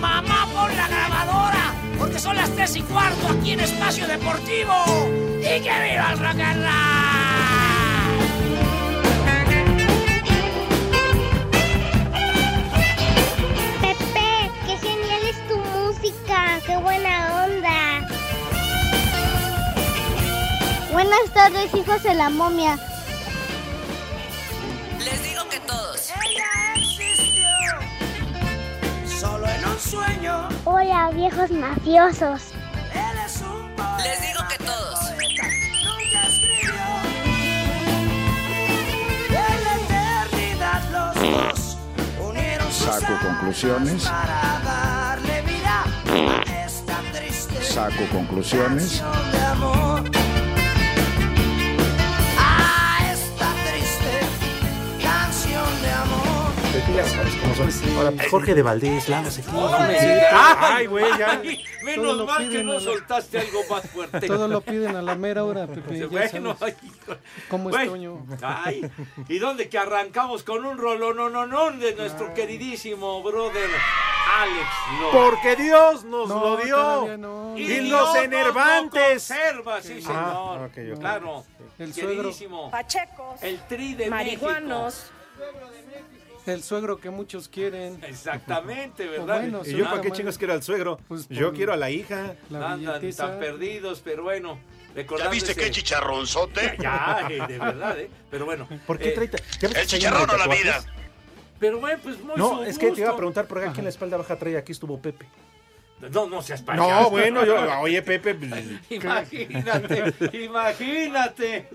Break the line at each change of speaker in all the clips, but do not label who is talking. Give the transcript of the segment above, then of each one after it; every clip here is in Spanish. Mamá, pon la grabadora, porque son las 3 y cuarto aquí en Espacio Deportivo. ¡Y que viva el rock and roll!
Pepe, qué genial es tu música, qué buena onda. Buenas tardes, hijos de la momia.
Les digo que todos.
Ella existió, solo en un sueño,
Hola, viejos mafiosos.
él es un poeta.
Les digo que todos.
Nunca escribió. En la eternidad los dos unieron sus
Saco
alas
conclusiones.
Para darle vida a esta triste
Saco conclusiones.
canción de amor. A esta triste canción de amor.
pues,
Jorge de Valdés, Lalo Sequín.
Ay, güey, ya.
Menos
Todo lo
mal que
piden
no
a la-
soltaste algo más fuerte.
Todo lo piden a la mera hora, Pepe. Ya
bueno,
sabes
ay,
cómo es
bueno.
Toño.
ay, y dónde que arrancamos con un rolón de nuestro
Ah.
queridísimo brother Alex Lora.
Porque Dios nos
No,
lo
todavía
dio.
no. Ah,
Y
Dios
los
nos lo
enervantes.
conserva, sí, señor.
ok, ok.
Claro.
El suegro.
queridísimo.
Pachecos,
El tri de México.
marihuanos,
El suegro que muchos quieren. Pues
Exactamente, ¿verdad?
bueno,
¿Y
sí,
yo
Ah,
para qué
madre.
chingas quiero al suegro?
Pues,
yo
por-
quiero a la hija.
La
andan
billetiza.
tan perdidos, pero bueno.
¿Ya
recordando
viste
ese-
qué chicharronzote?
Ya, eh, de verdad, ¿eh? Pero bueno.
¿Por qué
eh,
trae ta- ya ves que
El
está lleno
chicharrón
de
o la
tatuajes?
vida.
Pero bueno, pues muy su
No, es que te iba a
gusto.
preguntar por acá aquí en la espalda baja trae. Aquí estuvo Pepe.
No, no seas payaso.
No, bueno, yo. Oye, Pepe. pues,
Imagínate, imagínate.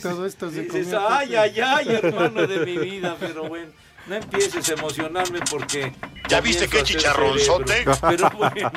Todo esto se
Dices,
comió,
ay,
Pepe.
ay, ay, hermano de mi vida, pero bueno. No empieces a emocionarme porque.
¿Ya viste qué
comienzo a hacer
chicharronzote?
cerebro. Pero bueno.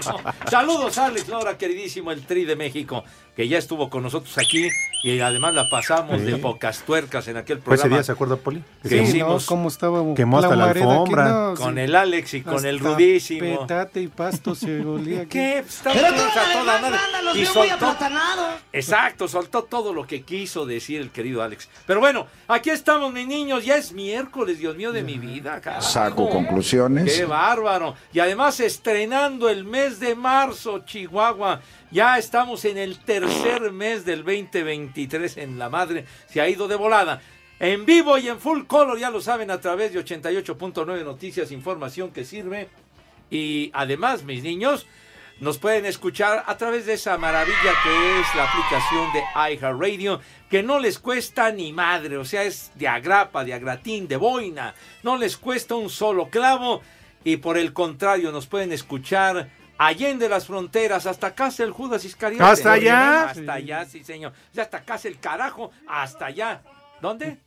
Saludos, Alex Lora, queridísimo, el Tri de México, que ya estuvo con nosotros aquí y además la pasamos de pocas tuercas en aquel
Fue ese
programa
día, ¿se acuerda, Poli?
que
Sí,
hicimos
no, cómo estaba
Quemó hasta la
humareda que
alfombra.
con
sí.
el Alex y con el
Hasta
Rudísimo.
Petate y pasto se olía.
¿Qué? Estamos
Pero
todos a
toda
toda
la
madre.
demás banda los
Y
vio muy
soltó-
aplatanados.
Exacto, soltó todo lo que quiso decir el querido Alex. Pero bueno, aquí estamos, mis niños. Ya es miércoles, Dios mío, de mi vida. carajo.
Saco conclusiones.
Qué bárbaro. Y además estrenando el mes de marzo, Chihuahua. Ya estamos en el tercer mes del 2023 en la madre. Se ha ido de volada. En vivo y en full color, ya lo saben, a través de 88.9 Noticias, información que sirve. Y además, mis niños, nos pueden escuchar a través de esa maravilla que es la aplicación de iHeartRadio, que no les cuesta ni madre, o sea, es de agrapa, de agratín, de boina, no les cuesta un solo clavo y por el contrario nos pueden escuchar allende las fronteras, hasta casa el Judas Iscariote.
¿Hasta allá?
Hasta allá, sí señor. Ya hasta casa el carajo, hasta allá. ¿Dónde?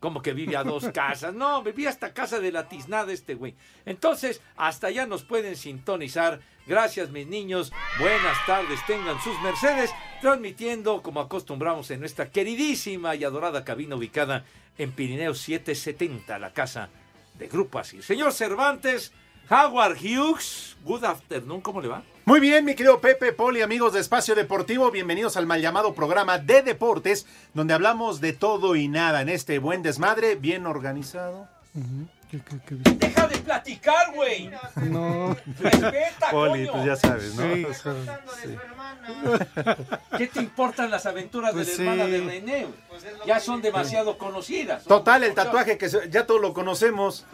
Como que vive a dos casas. No, vivía hasta casa de la tiznada este güey. Entonces, hasta allá nos pueden sintonizar. Gracias, mis niños. Buenas tardes, tengan sus mercedes. Transmitiendo, como acostumbramos, en nuestra queridísima y adorada cabina ubicada en Pirineo 770, la casa de Grupo Asir. Señor Cervantes, Howard Hughes, good afternoon, ¿cómo le va?
Muy bien, mi querido Pepe, Poli, amigos de Espacio Deportivo, bienvenidos al mal llamado programa de deportes, donde hablamos de todo y nada en este buen desmadre, bien organizado.
¿Qué, qué, qué?
Deja de platicar, güey.
No.
Respeta,
Poli, pues ya sabes, ¿no?
Sí, hijo.
¿Qué te importan las aventuras
Pues
de la
sí.
hermana de René? ya son demasiado conocidas. ¿no?
Total, el
O sea,
tatuaje que se- ya todos lo conocemos.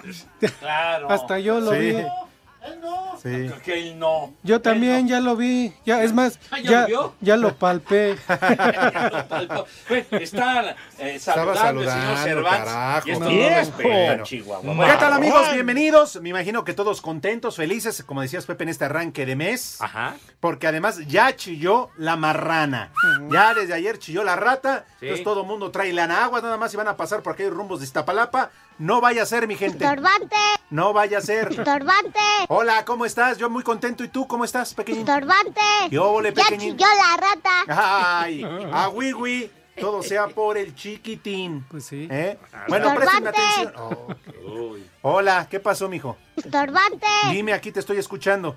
Claro.
Hasta yo lo
Sí.
vi.
Sí.
Que él no.
Yo también ya lo vi. Ya, es más,
Ah, ¿ya
ya,
lo vio?
ya lo palpé.
Bueno, Está eh,
Estaba
saludando el señor
saludando,
Cervantes.
carajo,
y esto
no,
no lo
no,
respeta,
no.
Chihuahua.
¿Qué tal, amigos? Bienvenidos. Me imagino que todos contentos, felices, como decías, Pepe, en este arranque de mes.
Ajá.
Porque además ya chilló la marrana. Ya desde ayer chilló la rata.
Sí.
Entonces todo el mundo trae lana aguas nada más y van a pasar por aquellos rumbos de Iztapalapa No vaya a ser, mi gente.
Estorbante,
No vaya a ser.
estorbante,
Hola, ¿cómo estás? Yo muy contento. ¿Y tú cómo estás, pequeñín?
estorbante.
¿Qué óvole,
ya
pequeñín?
chilló la rata.
Ay, a Wiwi. Todo sea por el chiquitín.
Pues sí.
¿Eh? Bueno, presten
Estorbante.
atención. Oh. Hola, ¿qué pasó, mijo?
Estorbante,
Dime, aquí te estoy escuchando.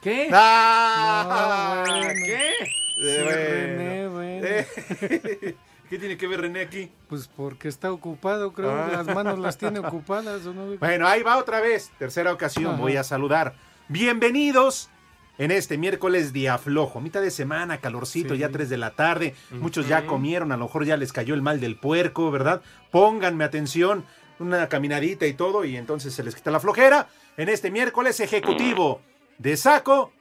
¿Qué?
¡Ah!
Uh, No, bueno.
¿Qué?
Sí,
Bueno.
René, bueno.
Eh, ¿Qué tiene que ver René aquí?
Pues porque está ocupado, creo.
Ah.
Las manos las tiene ocupadas. ¿o no?
Bueno, ahí va otra vez. Tercera ocasión
Ajá.
voy a saludar. Bienvenidos en este miércoles día flojo. Mitad de semana, calorcito,
Sí.
ya 3 de la tarde. Muchos ya comieron, a lo mejor ya les cayó el mal del puerco, ¿verdad? Pónganme atención, una caminadita y todo, y entonces se les quita la flojera. En este miércoles ejecutivo de saco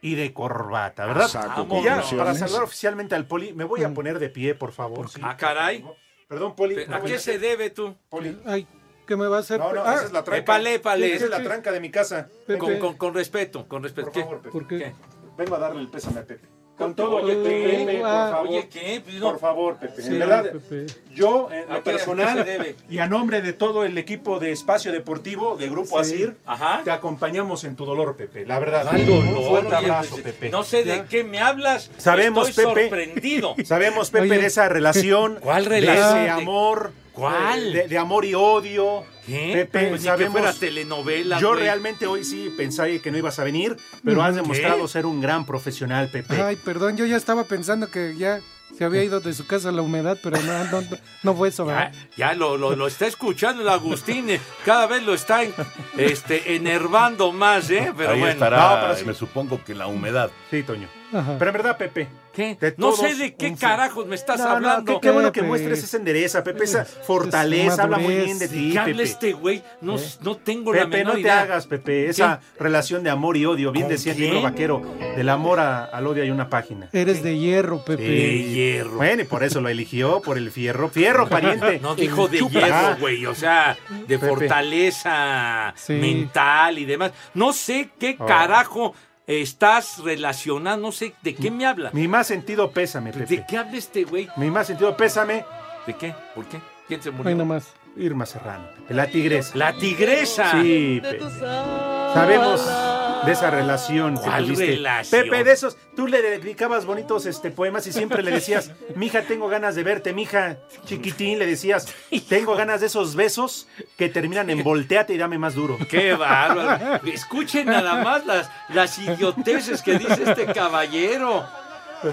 y de
Ah,
corbata, ¿verdad?
Saco,
Y ya, para
conclusiones.
saludar oficialmente al poli, me voy a poner de pie, por favor. sí.
Ah, caray.
Perdón, poli. no
¿A
voy
qué se debe tú?
Poli.
Ay, ¿qué me va a hacer?
No, no,
Ah,
esa es la tranca.
Épale, épale.
Esa es la tranca de mi casa.
Pepe.
Con, con- con respeto, con respeto.
Por
¿Qué?
favor, Pepe.
¿Por
¿Qué?
qué?
Vengo a darle el pésame a Pepe. Con
Con
todo,
todo, oye, Pepe,
Pepe, por
ah,
favor.
Oye, ¿qué? Pues no. Ah,
Por favor, Pepe.
Sí,
en verdad,
Pepe.
yo, en
¿A
lo
qué- a qué se
personal
debe?
y a nombre de todo el equipo de Espacio Deportivo de Grupo Asir,
Ajá.
te acompañamos en tu dolor, Pepe. La verdad.
Ay,
Un
dolor,
fuerte
oye,
abrazo,
pues,
Pepe.
No sé de qué me hablas.
Sabemos,
Estoy
Pepe.
sorprendido.
Sabemos, Pepe,
Oye.
de esa relación.
¿Cuál
De
relación?
ese amor.
¿Cuál?
De, de amor y odio.
¿Qué?
Pepe,
Pues ni que
sabemos.
fuera telenovela.
Yo
güey. Mm,
realmente hoy sí pensé que no ibas a venir, pero has demostrado ser un gran profesional, Pepe.
Ay, perdón, yo ya estaba pensando que ya se había ido de su casa la humedad, pero no, no, no, no fue eso.
Ya,
¿verdad?
Ah, ya lo, lo- lo está escuchando el Agustín. eh, Cada vez lo está en- este, enervando más, ¿eh? Pero
Ahí
bueno.
estará,
No, pero sí.
me supongo que la humedad.
Sí, Toño.
Ajá.
Pero en verdad, Pepe.
¿Qué?
de
No
todos,
sé de qué
un-
carajos me estás
No, no,
hablando.
qué, qué bueno que
Pepe.
muestres esa endereza, Pepe, esa
Esa
fortaleza, habla muy
madurez.
bien de
¿Qué
ti,
habla
Pepe. ¿Eh?
este güey? No, no tengo la
Pepe,
menor
no te
idea.
hagas, Pepe, esa relación de amor y odio, bien
¿Con
decía el
quién?
libro vaquero, del amor a- al odio hay una página.
Eres de hierro, Pepe.
De hierro.
Bueno, y por eso lo eligió, por el fierro, fierro, pariente.
No dijo de
Chupa.
hierro, güey, o sea, de
Pepe.
fortaleza
Sí.
mental y demás. No sé qué
Oh.
carajo estás relacionado, no sé de qué me habla.
Mi más sentido pésame,
¿De
Pepe.
qué habla este güey?
Mi más sentido pésame,
¿De qué? ¿Por qué? ¿Quién se murió?
Ay, nomás.
Irma Serrano, Pepe, la tigresa.
La tigresa.
Sí, Pepe. Sabemos de esa relación que
¿Cuál
tuviste.
relación?
Pepe, de esos, tú le dedicabas bonitos este, poemas y siempre le decías, mija, tengo ganas de verte, mija, chiquitín, le decías, tengo ganas de esos besos que terminan en volteate y dame más duro.
Qué bárbaro. Escuchen nada más las, las idioteces que dice este caballero.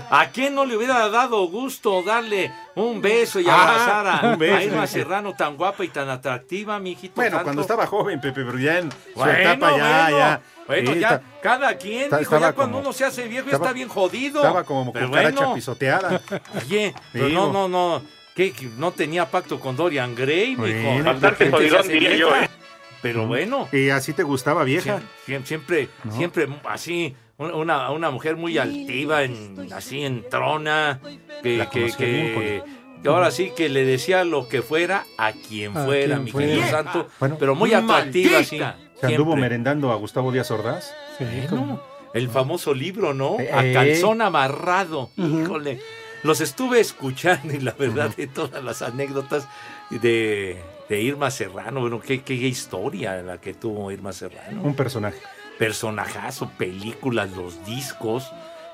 ¿A quién no le hubiera dado gusto darle un beso y
Ah,
abrazar a,
un beso,
a Irma
dice.
Serrano tan guapa y tan atractiva, mijito?
Bueno,
santo?
cuando estaba joven, Pepe, pero ya en su
Bueno,
etapa ya,
bueno,
ya.
Bueno,
Sí,
ya,
está-
cada quien,
está-
dijo, ya
estaba
cuando
como-
uno se hace viejo
estaba-
está bien jodido.
Estaba como
Pero
cucaracha
bueno,
pisoteada.
Oye, pero
Digo.
no, no, no. ¿Qué? que ¿No tenía pacto con Dorian Gray, mijo?
Bueno.
Bastante
Bastante
jodidón,
diría yo, ¿eh?
Pero bueno.
Y así te gustaba, vieja.
Siem- siem- Siempre, siempre, así, un- una, una mujer muy altiva, en, así en trona, que,
La
que,
conocí bien,
que, que ahora sí que le decía lo que fuera a quien
A
fuera,
quien
mi
fuera.
querido santo,
Bueno,
pero muy atractiva, así.
Se anduvo
siempre.
merendando a Gustavo Díaz Ordaz.
Sí, como-
Bueno, el famoso libro, ¿no?
Eh.
A calzón amarrado. Híjole. Los estuve escuchando y la verdad de todas las anécdotas de, de Irma Serrano. Bueno, qué, qué historia la que tuvo Irma Serrano
Un personaje.
personajazo, películas, los discos,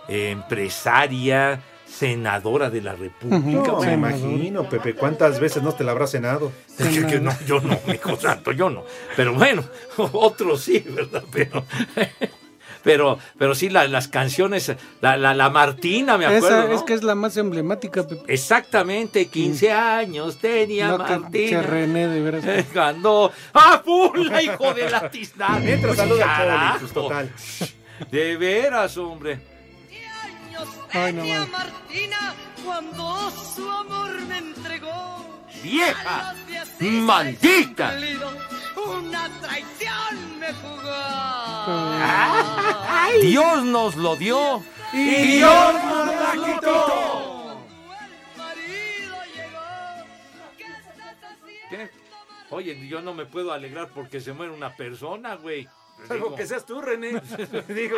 eh, empresaria, senadora de la República.
No, me
senador.
imagino, Pepe, cuántas veces no te la habrá cenado.
Que- que no, yo no, hijo santo, yo no. Pero bueno, otros sí, ¿verdad? Pero, pero, pero sí, la- las canciones, la, la, la Martina, me acuerdo.
Esa
¿no?
es que es la más emblemática, Pepe.
Exactamente, 15 años tenía
No, que- que
Martina.
René, de veras.
Eh, Ganó. ¡Ah, pula, hijo de la tiznada!
Mientras saluda al poli,
Carajo.
pues, total.
De veras, hombre.
Ay, no más.
Martina, cuando su amor me entregó. Ah.
¡Vieja!
¡Maldita!
¡Maldita!
Una traición me
Ah.
jugó.
Ah.
Dios nos lo dio y Dios nos la quitó. ¿Qué? Oye, yo no me puedo alegrar porque se muere una persona, güey.
Algo
Digo,
que seas tú, René. Digo,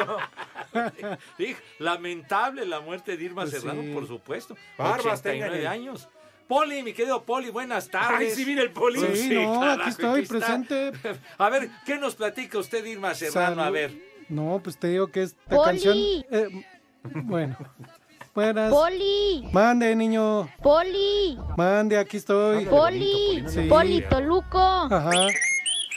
digo, lamentable la muerte de Irma
Pues
Serrano,
sí.
por supuesto.
Barbas tengan
89
el-
años. Poli, mi querido Poli, buenas tardes. Pues
Ay, sí, mira el Poli.
Sí, no,
carajo,
aquí estoy
está.
presente.
A ver, ¿qué nos platica usted, Irma Serrano? A
Salud.
ver.
No, pues te digo que esta
Poli.
canción. eh, bueno. Buenas.
Poli,
Mande, niño.
Poli,
Mande, aquí estoy.
Poli,
Sí.
Poli Toluco,
Ajá.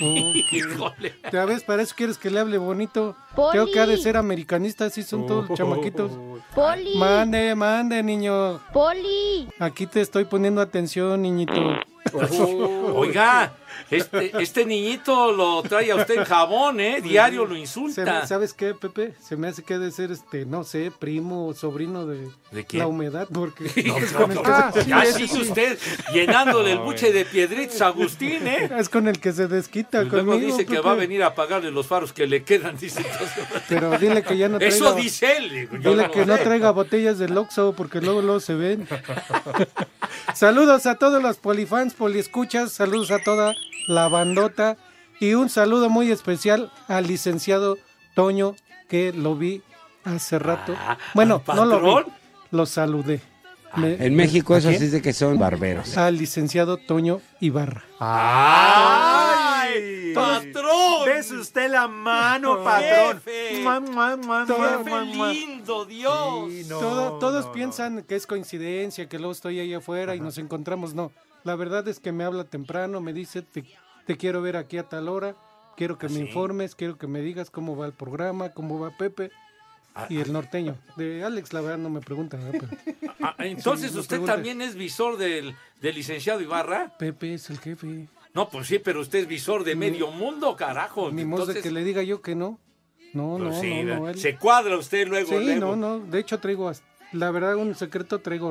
Ok. Ya ves, para eso quieres que le hable bonito. Creo que ha de
Poli.
ser americanista, así son todos los chamaquitos.
Poli,
Mande, mande, niño.
Poli,
Aquí te estoy poniendo atención, niñito.
Oiga, este, este niñito lo trae a usted en jabón, ¿eh? Diario lo
Se
insulta.
me- ¿Sabes qué, Pepe? Se me hace que ha de ser, este, no sé, primo o sobrino de,
¿De quién?
la humedad, porque...
No, no, no.
Ah, sí,
ya
ese
sigue
sí.
usted llenándole el buche de piedritas a Agustín, ¿eh?
Es con el que se desquita
Y Pues Luego
conmigo,
dice que
Pepe.
va a venir a apagarle los faros que le quedan, dice. entonces.
Pero dile que ya no traiga...
Eso dice él. digo,
Pues
yo
Dile que no
sé.
traiga botellas del Oxxo porque luego luego se ven. saludos a todos los polifans, poliescuchas, saludos a toda la bandota y un saludo muy especial al licenciado Toño que lo vi hace rato. bueno,
Ah, ¿al
no lo vi,
patrón? Ah,
lo saludé. Me-
En México eso
¿A quién?
sí es de que son barberos.
Al licenciado Toño Ibarra.
Ah,
¡Ay!
¡Patrón!
¿Ves usted la mano, patrón? Mua, mua, mua, mua,
Jefe
mua, mua.
lindo, Dios!
Todo- todos piensan que es coincidencia, que luego estoy ahí afuera y nos encontramos. No, la verdad es que me habla temprano, me dice, te, te quiero ver aquí a tal hora, quiero que me informes, quiero que me digas cómo va el programa, cómo va Pepe y el norteño. De Alex, la verdad, no me pregunta. ¿verdad? Pero
Ah, entonces
Sí, no
usted
pregunte.
también es visor del, del licenciado Ibarra.
Pepe es el jefe.
No, pues sí, pero usted es visor de
Ni-
medio mundo, carajo.
Ni modo de
Entonces,
que le diga yo que no. No,
pues
no,
sí,
no, no,
da-
él-
se cuadra usted luego.
Sí,
luego.
no, no. De hecho, traigo. hasta- La verdad, un secreto traigo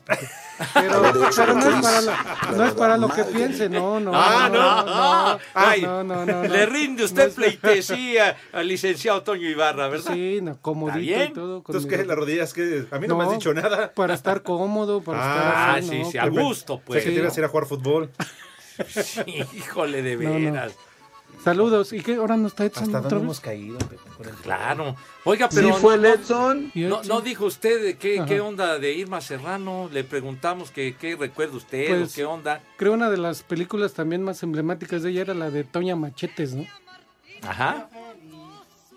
Pepe.
Ah,
Pero, pero no es para, lo- no es para lo que piense, no, no.
pues, Ah, no,
no,
Ay,
no, no, no, no.
Le rinde usted pleitesía al licenciado Toño Ibarra, ¿verdad?
Sí, no, comodito
¿Está bien?
y todo. con mi
Entonces, ¿qué?
ropa.
¿Las rodillas qué? A mí no, me has dicho nada.
Para estar cómodo, para estar.
Ah,
así,
sí,
no,
sí, a
Pepe.
gusto, pues.
O sea, que te ibas a ir a jugar fútbol.
Sí, híjole, de
No, no.
veras.
Saludos. ¿Y qué hora no está Edson?
¿Hasta
otra
dónde
vez?
hemos Claro. Oiga,
Sí
pero.
fue
no-
el
no,
Y
no,
Edson.
no dijo usted de qué,
Ajá.
qué onda de Irma Serrano. Le preguntamos que, qué recuerda usted o
Pues-
qué onda.
Creo una de las películas también más emblemáticas de ella era la de Toña Machetes, ¿no?
Ajá.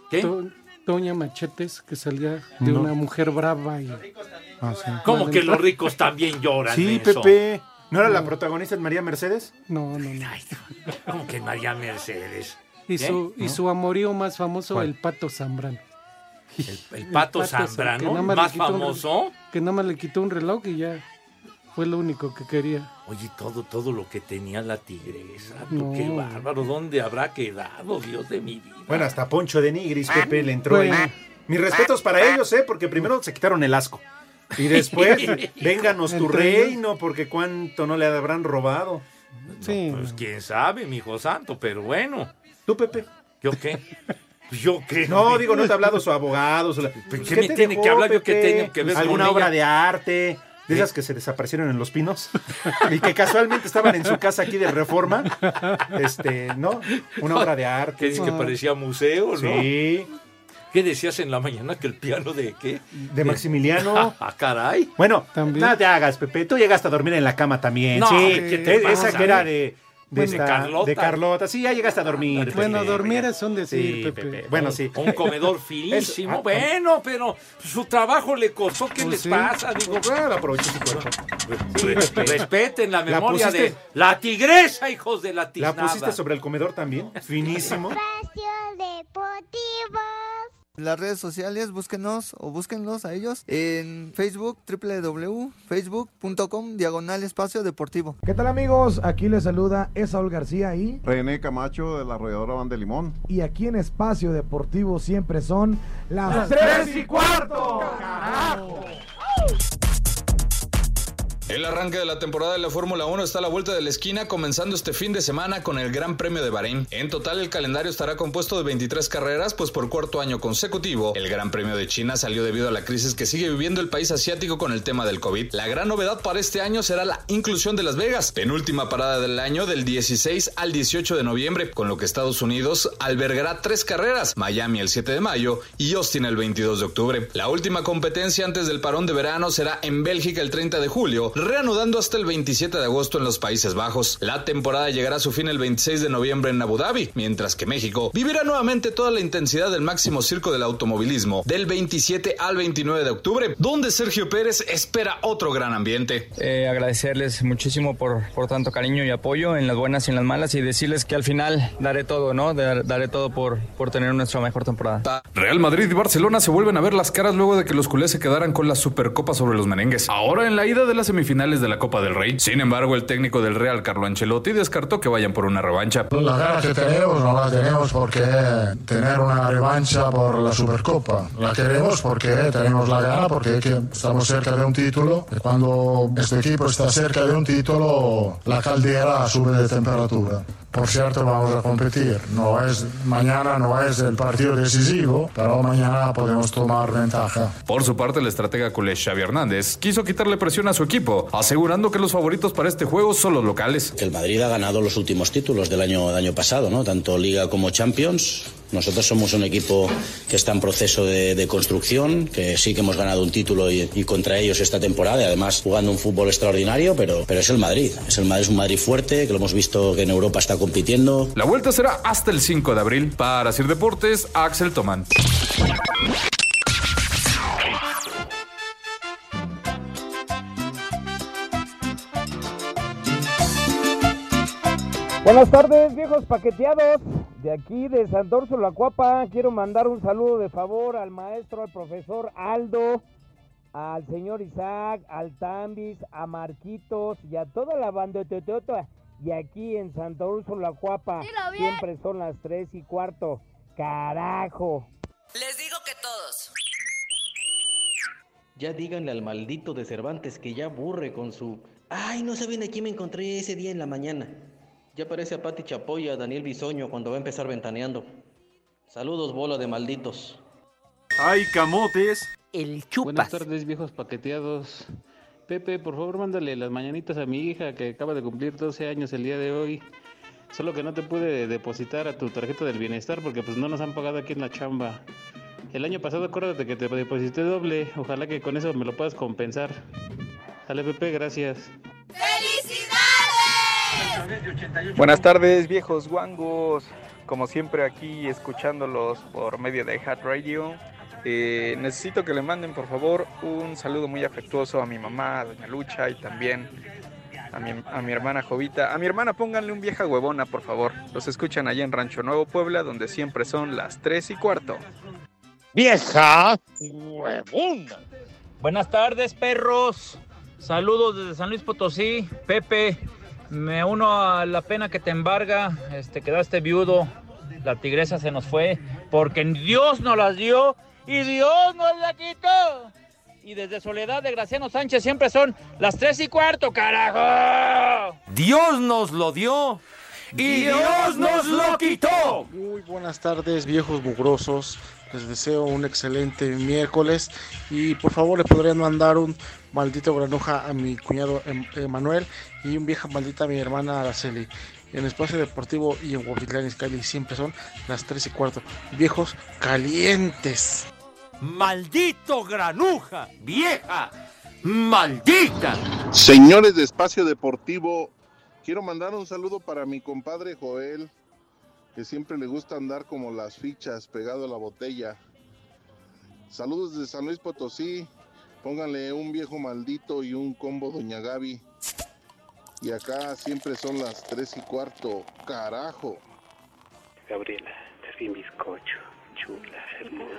¿Qué?
To- Toña Machetes, que salía de
No.
una mujer brava. Y...
¿Cómo que
lo
los ricos también lloran?
Sí,
menso?
Pepe. ¿No era la protagonista en María Mercedes?
No, no, no.
¿Cómo que María Mercedes?
Y
¿Qué?
su, y
¿No?
su amorío más famoso,
¿Cuál?
el pato Zambrano.
El pato
que nada
Zambrano,
le
más
quitó un-
famoso.
que nada más le quitó un reloj y ya fue lo único que quería.
Oye, todo, todo lo que tenía la tigresa. Tú,
No.
qué bárbaro. ¿Dónde habrá quedado, Dios de mi vida?
Bueno, hasta Poncho de Nigris, Pepe, le entró
Bueno.
en- Mis respetos para ellos, ¿eh? Porque primero se quitaron el asco. Y después, vénganos tu
Entre ellos.
reino, porque cuánto no le habrán robado.
Sí.
Pues quién sabe, mi hijo santo, pero bueno.
¿Tú, Pepe?
¿Yo qué? ¿Yo qué?
No, digo, no te ha hablado su abogado. Su...
pues, ¿qué me tiene que hablar yo que tengo que ver con
¿Alguna
ella?
obra de arte? De esas que se desaparecieron en Los Pinos y que casualmente estaban en su casa aquí de Reforma. Este, ¿no? Una obra de arte.
¿Qué dices que parecía museo, no?
Sí.
¿Qué decías en la mañana que el piano de qué?
De Maximiliano.
Ah, caray.
Bueno,
También.
no te hagas, Pepe. Tú llegaste a dormir en la cama también.
No,
sí,
Eh, ¿qué te
e-
pasa?
esa que era de, de,
Bueno,
esta-
de Carlota.
de Carlota. Sí, ya llegaste a dormir. Pepe.
Bueno, dormir es un decir,
Sí,
Pepe.
Pepe. Bueno, sí.
Un comedor
Eso,
finísimo.
ah,
bueno, pero su trabajo le costó. ¿Qué
Pues
les
sí.
pasa? Digo,
Claro, aproveché su cuerpo. Este,
re- respeten la memoria de
pusiste-
la tigresa, hijos de la
La
tiznada.
pusiste sobre el comedor también. Finísimo.
Espacio Deportivo.
Las redes sociales, búsquenos o búsquenlos a ellos en Facebook, www.facebook.com, diagonal espacio deportivo.
¿Qué tal amigos? Aquí les saluda Esaúl García y,
René Camacho de la Arrolladora Van de Limón.
y aquí en Espacio Deportivo siempre son las, tres y cuarto.
El arranque de la temporada de la Fórmula 1 está a la vuelta de la esquina, comenzando este fin de semana con el Gran Premio de Bahrein. En total, el calendario estará compuesto de 23 carreras, pues por cuarto año consecutivo, el Gran Premio de China salió debido a la crisis que sigue viviendo el país asiático con el tema del COVID. La gran novedad para este año será la inclusión de Las Vegas, penúltima parada del año del 16 al 18 de noviembre, con lo que Estados Unidos albergará tres carreras, Miami el 7 de mayo y Austin el 22 de octubre. La última competencia antes del parón de verano será en Bélgica el 30 de julio, reanudando hasta el 27 de agosto en los Países Bajos. La temporada llegará a su fin el 26 de noviembre en Abu Dhabi, mientras que México vivirá nuevamente toda la intensidad del máximo circo del automovilismo del 27 al 29 de octubre, donde Sergio Pérez espera otro gran ambiente.
Eh, agradecerles muchísimo por, por tanto cariño y apoyo en las buenas y en las malas y decirles que al final daré todo, ¿no? Dar- daré todo por, por tener nuestra mejor temporada.
Real Madrid y Barcelona se vuelven a ver las caras luego de que los culés se quedaran con la Supercopa sobre los merengues. Ahora en la ida de las semifinales de la Copa del Rey. Sin embargo, el técnico del Real, Carlo Ancelotti, descartó que vayan por una revancha.
Pues Las ganas que tenemos no las tenemos porque tener una revancha por la Supercopa. La queremos porque tenemos la gana, porque que- estamos cerca de un título. Y cuando este equipo está cerca de un título, la caldera sube de temperatura. Por cierto, vamos a competir. No es, mañana no es el partido decisivo, pero mañana podemos tomar ventaja.
Por su parte, el estratega culé Xavi Hernández quiso quitarle presión a su equipo, asegurando que los favoritos para este juego son los locales.
El Madrid ha ganado los últimos títulos del año, del año pasado, ¿no? tanto Liga como Champions. Nosotros somos un equipo que está en proceso de, de construcción, que sí que hemos ganado un título y, y contra ellos esta temporada, y además jugando un fútbol extraordinario, pero, pero es el Madrid. Es el Madrid, es un Madrid fuerte, que lo hemos visto que en Europa está compitiendo.
La vuelta será hasta el 5 de abril. Para Sir Deportes, Axel Tomán.
Buenas tardes, viejos paqueteados. De aquí, de Santorzo, La Cuapa, quiero mandar un saludo de favor al maestro, al profesor Aldo, al señor Isaac, al Tambis, a Marquitos y a toda la banda de Toyota. Y aquí en Santa La Cuapa,
Dilo bien.
siempre son las tres y cuarto. Carajo.
Les digo que todos.
Ya díganle al maldito de Cervantes que ya aburre con su. Ay, no saben de quién me encontré ese día en la mañana. Ya parece a Pati Chapoya, a Daniel Bisoño cuando va a empezar ventaneando. Saludos, bola de malditos.
¡Ay, camotes! El chupas. Buenas tardes, viejos paqueteados. Pepe, por favor, mándale las mañanitas a mi hija que acaba de cumplir 12 años el día de hoy. Solo que no te pude depositar a tu tarjeta del bienestar porque pues no nos han pagado aquí en la chamba. El año pasado acuérdate que te deposité doble. Ojalá que con eso me lo puedas compensar. Sale Pepe, gracias.
Buenas tardes, viejos guangos. Como siempre aquí escuchándolos por medio de Hat Radio. Eh, necesito que le manden por favor un saludo muy afectuoso a mi mamá, a Doña Lucha y también a mi, a mi hermana Jovita. A mi hermana pónganle un vieja huevona por favor. Los escuchan allá en Rancho Nuevo Puebla donde siempre son las 3 y cuarto.
Vieja huevona. Buenas tardes, perros. Saludos desde San Luis Potosí. Pepe, me uno a la pena que te embarga. Este, quedaste viudo. La tigresa se nos fue porque Dios nos las dio y Dios nos la quitó. Y desde Soledad de Graciano Sánchez siempre son las tres y cuarto, carajo.
Dios nos lo dio y Dios nos lo quitó.
Muy buenas tardes, viejos mugrosos. Les deseo un excelente miércoles y por favor le podrían mandar un maldito granuja a mi cuñado Em- Emanuel y un vieja maldita a mi hermana Araceli. En Espacio Deportivo y en Huajitlán Iscali siempre son las 3 y cuarto. Viejos calientes.
Maldito granuja, vieja, maldita.
Señores de Espacio Deportivo, quiero mandar un saludo para mi compadre Joel, que siempre le gusta andar como las fichas pegado a la botella. Saludos de San Luis Potosí, pónganle un viejo maldito y un combo Doña Gaby. Y acá siempre son las tres y cuarto, carajo.
Gabriela, es mi bizcocho, chula, hermosa.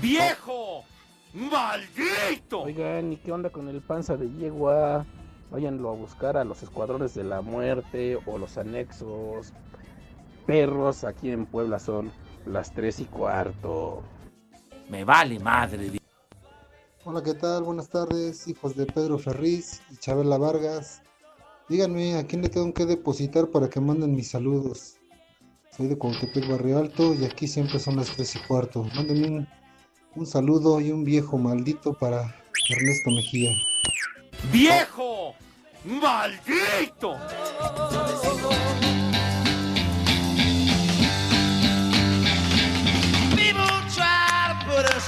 ¡Viejo! ¡Maldito!
Oigan, ¿y qué onda con el panza de yegua? Váyanlo a buscar a los escuadrones de la muerte o los anexos. Perros aquí en Puebla son las 3 y cuarto.
Me vale madre. di-
Hola, ¿qué tal? Buenas tardes, hijos de Pedro Ferriz y Chabela Vargas. Díganme, ¿a quién le tengo que depositar para que manden mis saludos? Soy de Cuautepec Barrio Alto y aquí siempre son las tres y cuarto. Mándenme un, un saludo y un viejo maldito para Ernesto Mejía.
¡Viejo! ¡Maldito!
People try to put us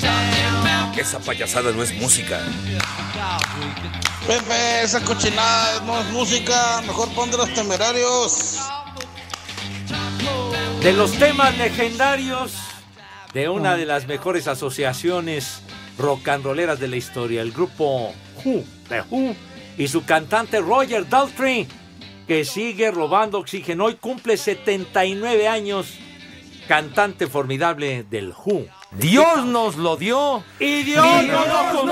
down.
Esa payasada no es música.
Pepe, esa cochinada no es música. Mejor ponte los temerarios.
De los temas legendarios de una de las mejores asociaciones rock and rolleras de la historia, el grupo Who, The Who, y su cantante Roger Daltrey, que sigue robando oxígeno. Hoy cumple 79 años, cantante formidable del Who.
Dios nos lo dio
Y Dios no
nos
lo conceda,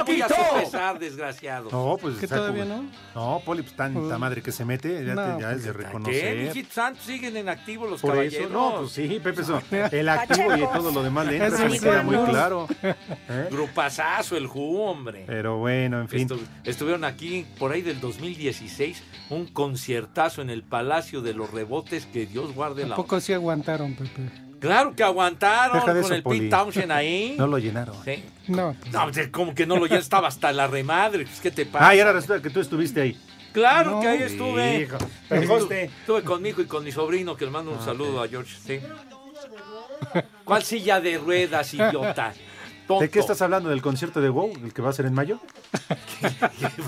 lo
voy a su
quitó.
pesar, desgraciado.
No, pues.
¿Qué
o sea,
todavía
como-
no?
No, Poli, pues tanta madre que se mete, ya,
No,
te- ya
pues,
es de
¿Qué?
reconocer.
Mijito santo, siguen en activo los
Por eso,
caballeros.
no, pues sí, Pepe, eso, el activo y todo lo demás le entra, se me queda muy claro.
Grupazazo el Who, hombre.
Pero bueno, en fin.
Estu- estuvieron aquí por ahí del 2016, un conciertazo en el Palacio de los Rebotes, que Dios guarde la...
Tampoco sí aguantaron, Pepe.
Claro que aguantaron
Deja
con
de eso,
el
Poli.
Pete Townshend ahí.
No lo llenaron.
Sí.
No.
No, o sea, como que no lo ya estaba hasta la remadre. pues, ¿Qué te pasa?
Ah, y ahora resulta que tú estuviste ahí.
Claro que ahí
No.
estuve.
Hijo,
Estuve-
conste.
Estuve con mi hijo y con mi sobrino, que le mando un
Ah,
saludo a George. sí. ¿Cuál silla de ruedas, idiota? Tonto.
¿De qué estás hablando? ¿Del concierto de WoW, el que va a ser en mayo?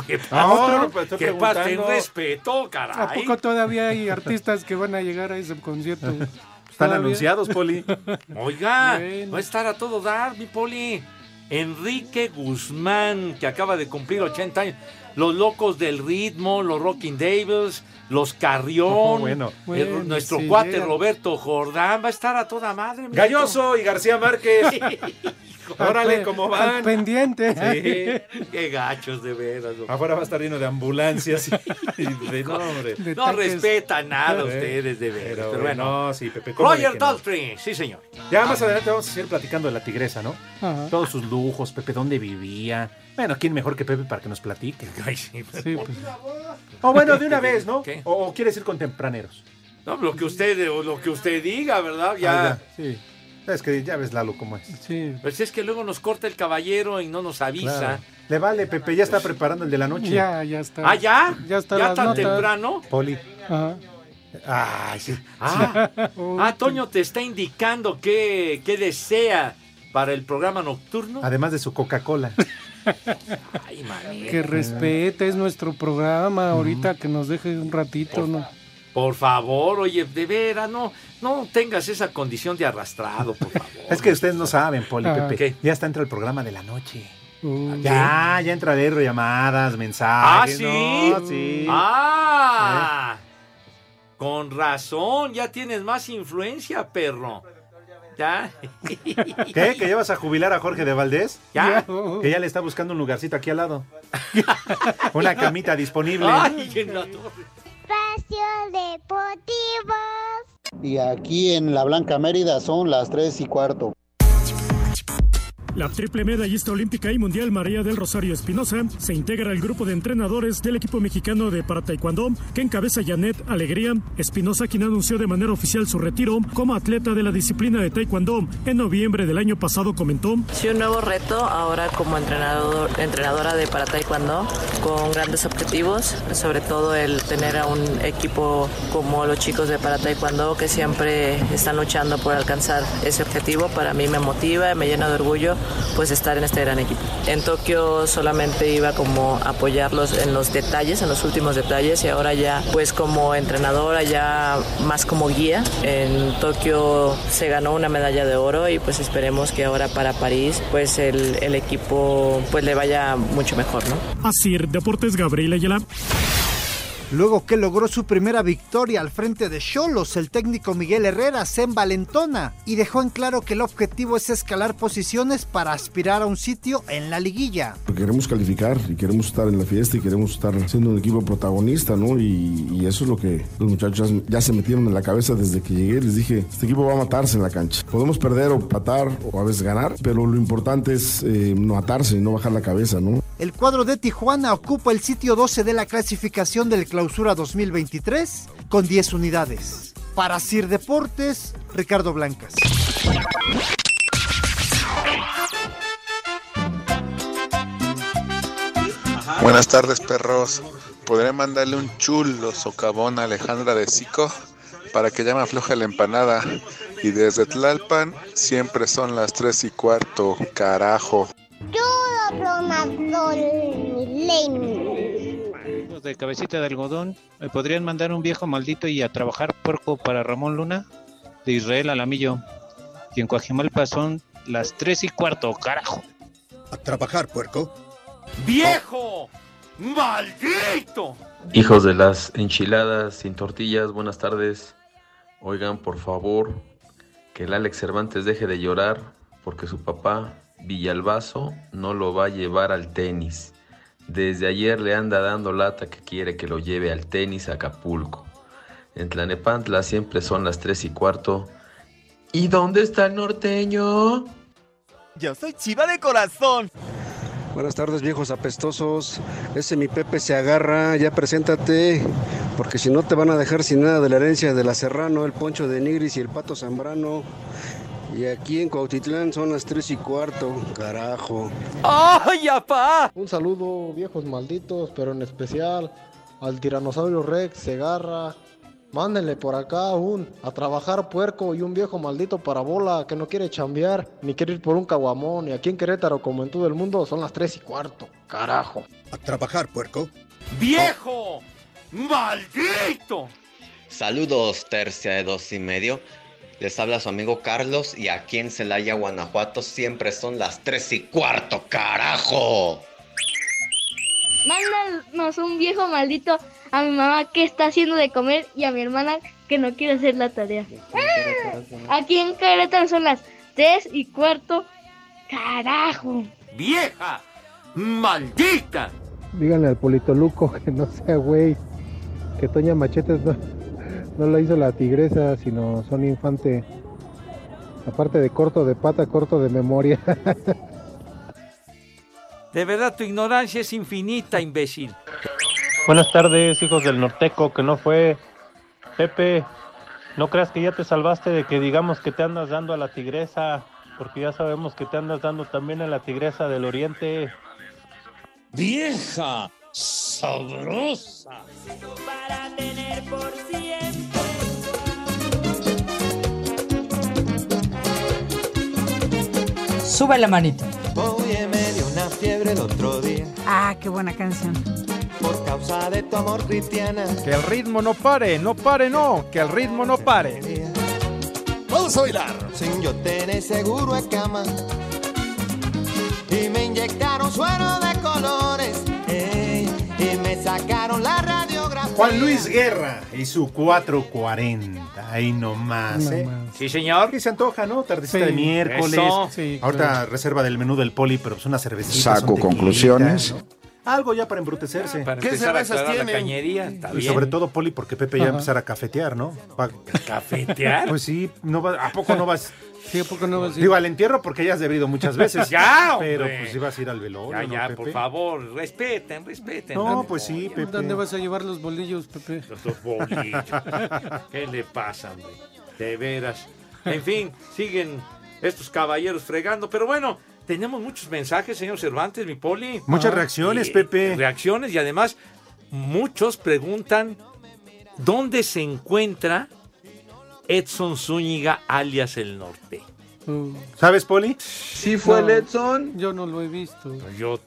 ¿Qué pasa?
No, pues, estoy
¿Qué pasa? Ten
preguntando.
respeto, caray.
¿A poco todavía hay artistas que van a llegar a ese concierto?
Están
¿Todavía?
anunciados, Poli.
Oiga,
Bueno.
va a estar a todo dar, mi poli. Enrique Guzmán, que acaba de cumplir 80 años. Los Locos del Ritmo, los Rocking Devils, los Carrión.
Oh, bueno.
el-
Bueno,
nuestro
sí,
cuate
llegan.
Roberto Jordán va a estar a toda madre. mi
Galloso y García Márquez.
hijo.
Órale, ¿cómo
Al
van?
pendiente.
Sí, qué gachos de veras. hombre.
Afuera va a estar lleno de ambulancias y de no, hombre.
No respetan nada
Eh,
ustedes de veras. Pero,
Pero
bueno.
bueno, sí, Pepe. ¿cómo de
Roger
que no?
Daltrey, sí señor.
Ya más adelante vamos a seguir platicando de la tigresa, ¿no?
Ajá.
Todos sus lujos, Pepe, dónde vivía. Bueno, ¿quién mejor que Pepe para que nos platique?
Sí, pues.
O Oh, bueno, de una vez, ¿no? O, o quieres ir con tempraneros.
No, lo que usted, o lo que usted diga, ¿verdad? Ya.
Ah, ya, Sí. Es que ya ves Lalo cómo es.
Sí.
Pues es que luego nos corta el caballero y no nos avisa.
Le vale, Pepe, ya está preparando el de la noche.
Ya, ya está.
¿Ah, ya?
Ya está
¿Ya
las
tan
notas.
temprano?
Poli.
Ajá.
Ay, sí.
Ah, ah, Toño te está indicando qué, qué desea para el programa nocturno.
Además de su Coca-Cola.
Ay, manito.
Que respete, es nuestro programa ahorita, que nos deje un ratito, ¿no?
Por favor, oye, de veras, no, no tengas esa condición de arrastrado, por favor.
Es que ustedes no saben, Poli,
Ah.
Pepe.
¿Qué?
Ya está entra el programa de la noche.
Uh,
Ya, ya entra de llamadas,
Ah,
mensajes.
sí.
No, sí.
Ah. Con razón, ya tienes más influencia, perro. ¿Ya?
¿Qué? ¿Que llevas a jubilar a Jorge de Valdés?
Ya.
Que ya le está buscando un lugarcito aquí al lado. Una camita disponible.
Ay, en la torre.
Y aquí en la Blanca Mérida son las 3 y cuarto.
La triple medallista olímpica y mundial María del Rosario Espinosa se integra al grupo de entrenadores del equipo mexicano de para taekwondo que encabeza Janet Alegría Espinosa, quien anunció de manera oficial su retiro como atleta de la disciplina de taekwondo. En noviembre del año pasado comentó
Sí, un nuevo reto ahora como entrenador, entrenadora de para taekwondo con grandes objetivos, sobre todo el tener a un equipo como los chicos de para taekwondo que siempre están luchando por alcanzar ese objetivo. Para mí me motiva, me llena de orgullo pues estar en este gran equipo. En Tokio solamente iba como a apoyarlos en los detalles, en los últimos detalles y ahora ya pues como entrenadora, ya más como guía. En Tokio se ganó una medalla de oro y pues esperemos que ahora para París pues el, el equipo pues le vaya mucho mejor, ¿no?
Asir Deportes Gabriel Ayala.
Luego que logró su primera victoria al frente de Cholos, el técnico Miguel Herrera se envalentona y dejó en claro que el objetivo es escalar posiciones para aspirar a un sitio en la liguilla. Queremos calificar y queremos estar en la fiesta y queremos estar siendo un equipo protagonista, ¿no? Y, y eso es lo que los muchachos ya, ya se metieron en la cabeza desde que llegué. Les dije, este equipo va a matarse en la cancha. Podemos perder o patar o a veces ganar, pero lo importante es eh, no atarse y no bajar la cabeza, ¿no? El cuadro de Tijuana ocupa el sitio 12 de la clasificación del Clausura 2023 con 10 unidades. Para Sir Deportes, Ricardo Blancas.
Buenas tardes, perros. ¿Podré mandarle un chulo socavón a Alejandra de Sico para que ya me afloje la empanada? Y desde Tlalpan siempre son las tres y cuarto, carajo.
Amigos de cabecita de algodón, ¿me podrían mandar un viejo maldito y a trabajar puerco para Ramón Luna? De Israel Alamillo. Y en Coajimalpa son las tres y cuarto, carajo.
A trabajar, puerco.
¡Viejo! ¡Maldito!
Hijos de las enchiladas sin tortillas, buenas tardes. Oigan, por favor, que el Alex Cervantes deje de llorar porque su papá Villalbazo no lo va a llevar al tenis. Desde ayer le anda dando lata que quiere que lo lleve al tenis a Acapulco. En Tlanepantla siempre son las 3 y cuarto. ¿Y dónde está el norteño?
Yo soy chiva de corazón.
Buenas tardes, viejos apestosos. Ese mi Pepe se agarra, ya preséntate, porque si no te van a dejar sin nada de la herencia de la Serrano, el Poncho de Nigris y el Pato Zambrano. Y aquí en Cuautitlán son las tres y cuarto, carajo.
¡Ay, apá! Un saludo, viejos malditos, pero en especial al tiranosaurio Rex, Segarra. Mándenle por acá un a trabajar puerco y un viejo maldito para bola que no quiere chambear ni quiere ir por un caguamón. Y aquí en Querétaro, como en todo el mundo, son las tres y cuarto, carajo.
A trabajar, puerco.
¡Viejo! ¡Maldito!
Saludos, tercia de dos y medio. Les habla su amigo Carlos y aquí en Celaya, Guanajuato, siempre son las tres y cuarto, carajo.
Mándanos un viejo maldito a mi mamá que está haciendo de comer y a mi hermana que no quiere hacer la tarea. Aquí en Querétaro son las 3 y cuarto. ¡Carajo!
¡Vieja! ¡Maldita!
Díganle al Politoluco que no sea güey, que Toña Machetes no, no la hizo la tigresa, sino son infante. Aparte de corto de pata, corto de memoria.
De verdad, tu ignorancia es infinita, imbécil.
Buenas tardes, hijos del Norteco, que no fue. Pepe, no creas que ya te salvaste de que digamos que te andas dando a la tigresa, porque ya sabemos que te andas dando también a la tigresa del Oriente.
¡Vieja! ¡Sabrosa! Sube la manita.
Oye, me dio una fiebre el otro día
Ah, qué buena canción.
por causa de tu amor cristiana.
Que el ritmo no pare, no pare, no, que el ritmo no pare.
Vamos a bailar. Sin yo tener seguro en cama y me inyectaron suero de colores ey, y me sacaron la radiografía.
Juan Luis Guerra y su 440. Ahí nomás,
No
¿eh?
Sí, señor.
Que se antoja, ¿no? Tardecita
Sí.
de miércoles.
Eso. Sí,
Ahorita
claro.
reserva del menú del poli, pero pues una cervecita.
Saco
un tequila,
conclusiones.
¿no? Algo ya para embrutecerse.
Para empezar a aclarar la cañería, está
Y
bien.
sobre todo Poli, porque Pepe ya va a
Ajá.
empezar a cafetear, ¿no? Va-
¿Cafetear?
Pues sí, no va- ¿a poco no vas?
Sí, ¿a poco no vas?
Digo, al entierro porque ya has bebido muchas veces.
Ya, hombre.
Pero pues ibas a ir al velorio,
Ya,
¿no,
ya,
Pepe?
por favor, respeten, respeten.
No, pues sí, Pepe.
¿Dónde vas a llevar los bolillos, Pepe?
Los bolillos. ¿Qué le pasa, hombre? De veras. En fin, siguen estos caballeros fregando, pero bueno, tenemos muchos mensajes, señor Cervantes, mi poli.
Muchas reacciones,
Y-
Pepe.
Reacciones y además muchos preguntan dónde se encuentra Edson Zúñiga, alias el norte.
¿Sabes, Poli?
Sí
fue el
Edson. Yo no lo he visto.
Yo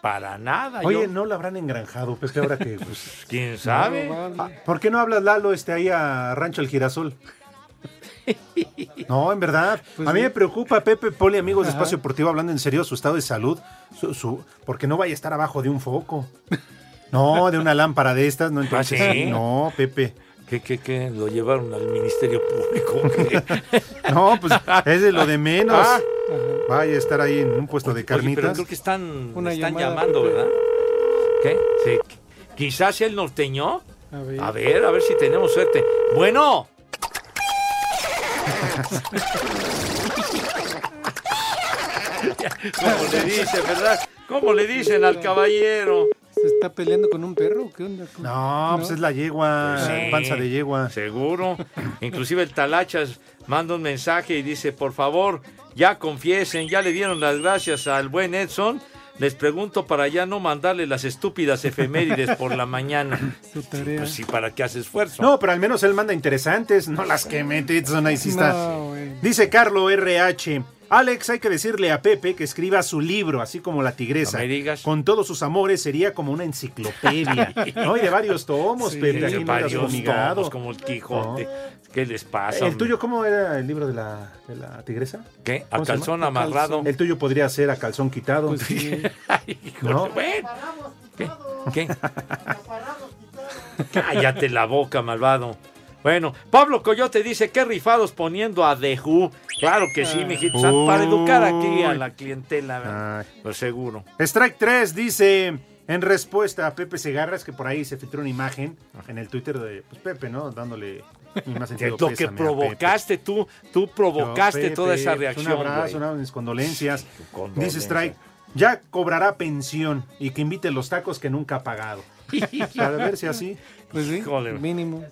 para nada.
Oye,
yo-
¿no lo habrán engranjado, Pepe, ahora que... Pues,
¿Quién sabe?
Ah, ¿Por qué no hablas, Lalo, este, ahí a Rancho El Girasol? No, en verdad. a mí
Pues sí.
me preocupa, Pepe Poli, amigos de
Ajá.
Espacio Deportivo, hablando en serio, su estado de salud, su, su- porque no vaya a estar abajo de un foco. No, de una lámpara de estas, no entonces.
¿Ah, sí?
sí, No, Pepe.
¿Qué, qué, qué? ¿Lo llevaron al Ministerio Público?
No, pues es de lo de menos.
Ah.
Vaya a estar ahí en un puesto de
Oye, pero
carnitas.
creo que están,
Una
están
llamada,
llamando,
Pepe.
¿verdad? ¿Qué? Sí. Qu- Quizás sea el norteño.
A ver.
A ver, a ver si tenemos suerte. Bueno. ¿Cómo le dice, verdad? ¿Cómo le dicen al caballero?
¿Se está peleando con un perro? o ¿Qué onda? ¿Cómo?
No, pues es la yegua,
Sí.
panza de yegua.
Seguro. Inclusive el Talachas manda un mensaje y dice, por favor, ya confiesen, ya le dieron las gracias al buen Edson. Les pregunto para ya no mandarle las estúpidas efemérides por la mañana. Sí, pues sí, ¿para qué hace esfuerzo?
No, pero al
Ah,
menos él manda interesantes, no las que mete Edson, ahí sí está.
No,
Dice Carlo RH. Alex, hay que decirle a Pepe que escriba su libro, así como La Tigresa.
No me digas.
Con todos sus amores sería como una enciclopedia. ¿No? Y de varios tomos,
Sí,
Pepe. Aquí
de
no
varios
estás fumigado.
tomos, como el Quijote. ¿Qué les pasa?
Eh, ¿El
hombre?
tuyo cómo era el libro de la, de la tigresa?
¿Qué? ¿A
¿Cómo se llama?
calzón amarrado?
El tuyo podría ser a calzón quitado. ¿No?
Bueno. ¿Qué? ¿Qué? Cállate la boca, malvado. Bueno, Pablo Coyote dice que rifados poniendo a The Who. Claro que sí, mijito. o sea, Para educar aquí a la clientela, ¿verdad? pues seguro.
Strike 3 dice, en respuesta a Pepe Segarra, es que por ahí se filtró una imagen en el Twitter de pues, Pepe, ¿no? Dándole mi más
Te-
sentido
Lo que
pésame a
provocaste tú, tú provocaste
Pepe,
toda esa
pues, un
reacción.
abrazo,
güey.
una- mis condolencias.
condolencias.
Dice Strike, ya cobrará pensión y que invite los tacos que nunca ha pagado. Para ver si así.
Pues sí,
Híjole.
mínimo.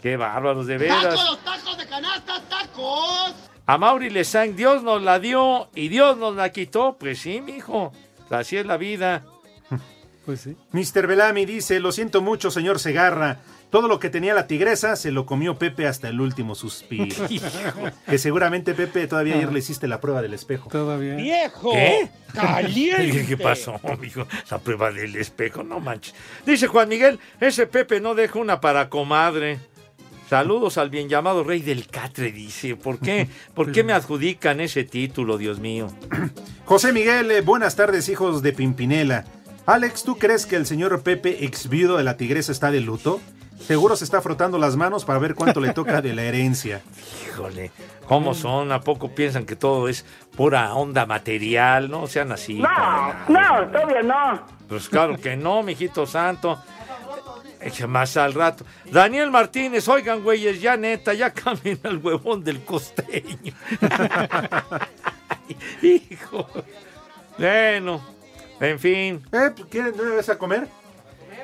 Qué bárbaros, de veras.
los tacos de canasta, tacos!
A Mauri Lesain, Dios nos la dio y Dios nos la quitó. Pues sí, mijo. Así es la vida.
Pues sí.
Mr. Bellamy dice, lo siento mucho, señor Segarra. Todo lo que tenía la tigresa se lo comió Pepe hasta el último suspiro. que seguramente, Pepe, todavía ayer le hiciste la prueba del espejo.
Todavía.
¡Viejo! ¿Qué pasó, mijo? La prueba del espejo, no manches. Dice Juan Miguel, ese Pepe no deja una para comadre. Saludos al bien llamado rey del catre, dice. ¿Por qué? ¿Por qué me adjudican ese título, Dios mío?
José Miguel, eh, buenas tardes, hijos de Pimpinela. Alex, ¿tú crees que el señor Pepe, exviudo de la tigresa, está de luto? Seguro se está frotando las manos para ver cuánto le toca de la herencia.
Híjole,
Mm.
¿cómo son? ¿A poco piensan que todo es pura onda material? No sean así.
No,
condenados.
no, todavía no.
Pues claro que no, mijito santo. Eche más al rato. Daniel Martínez, oigan, güeyes, ya neta, ya camina el huevón del costeño. Hijo. Bueno, en fin.
¿Eh? ¿Quieren una vez a comer?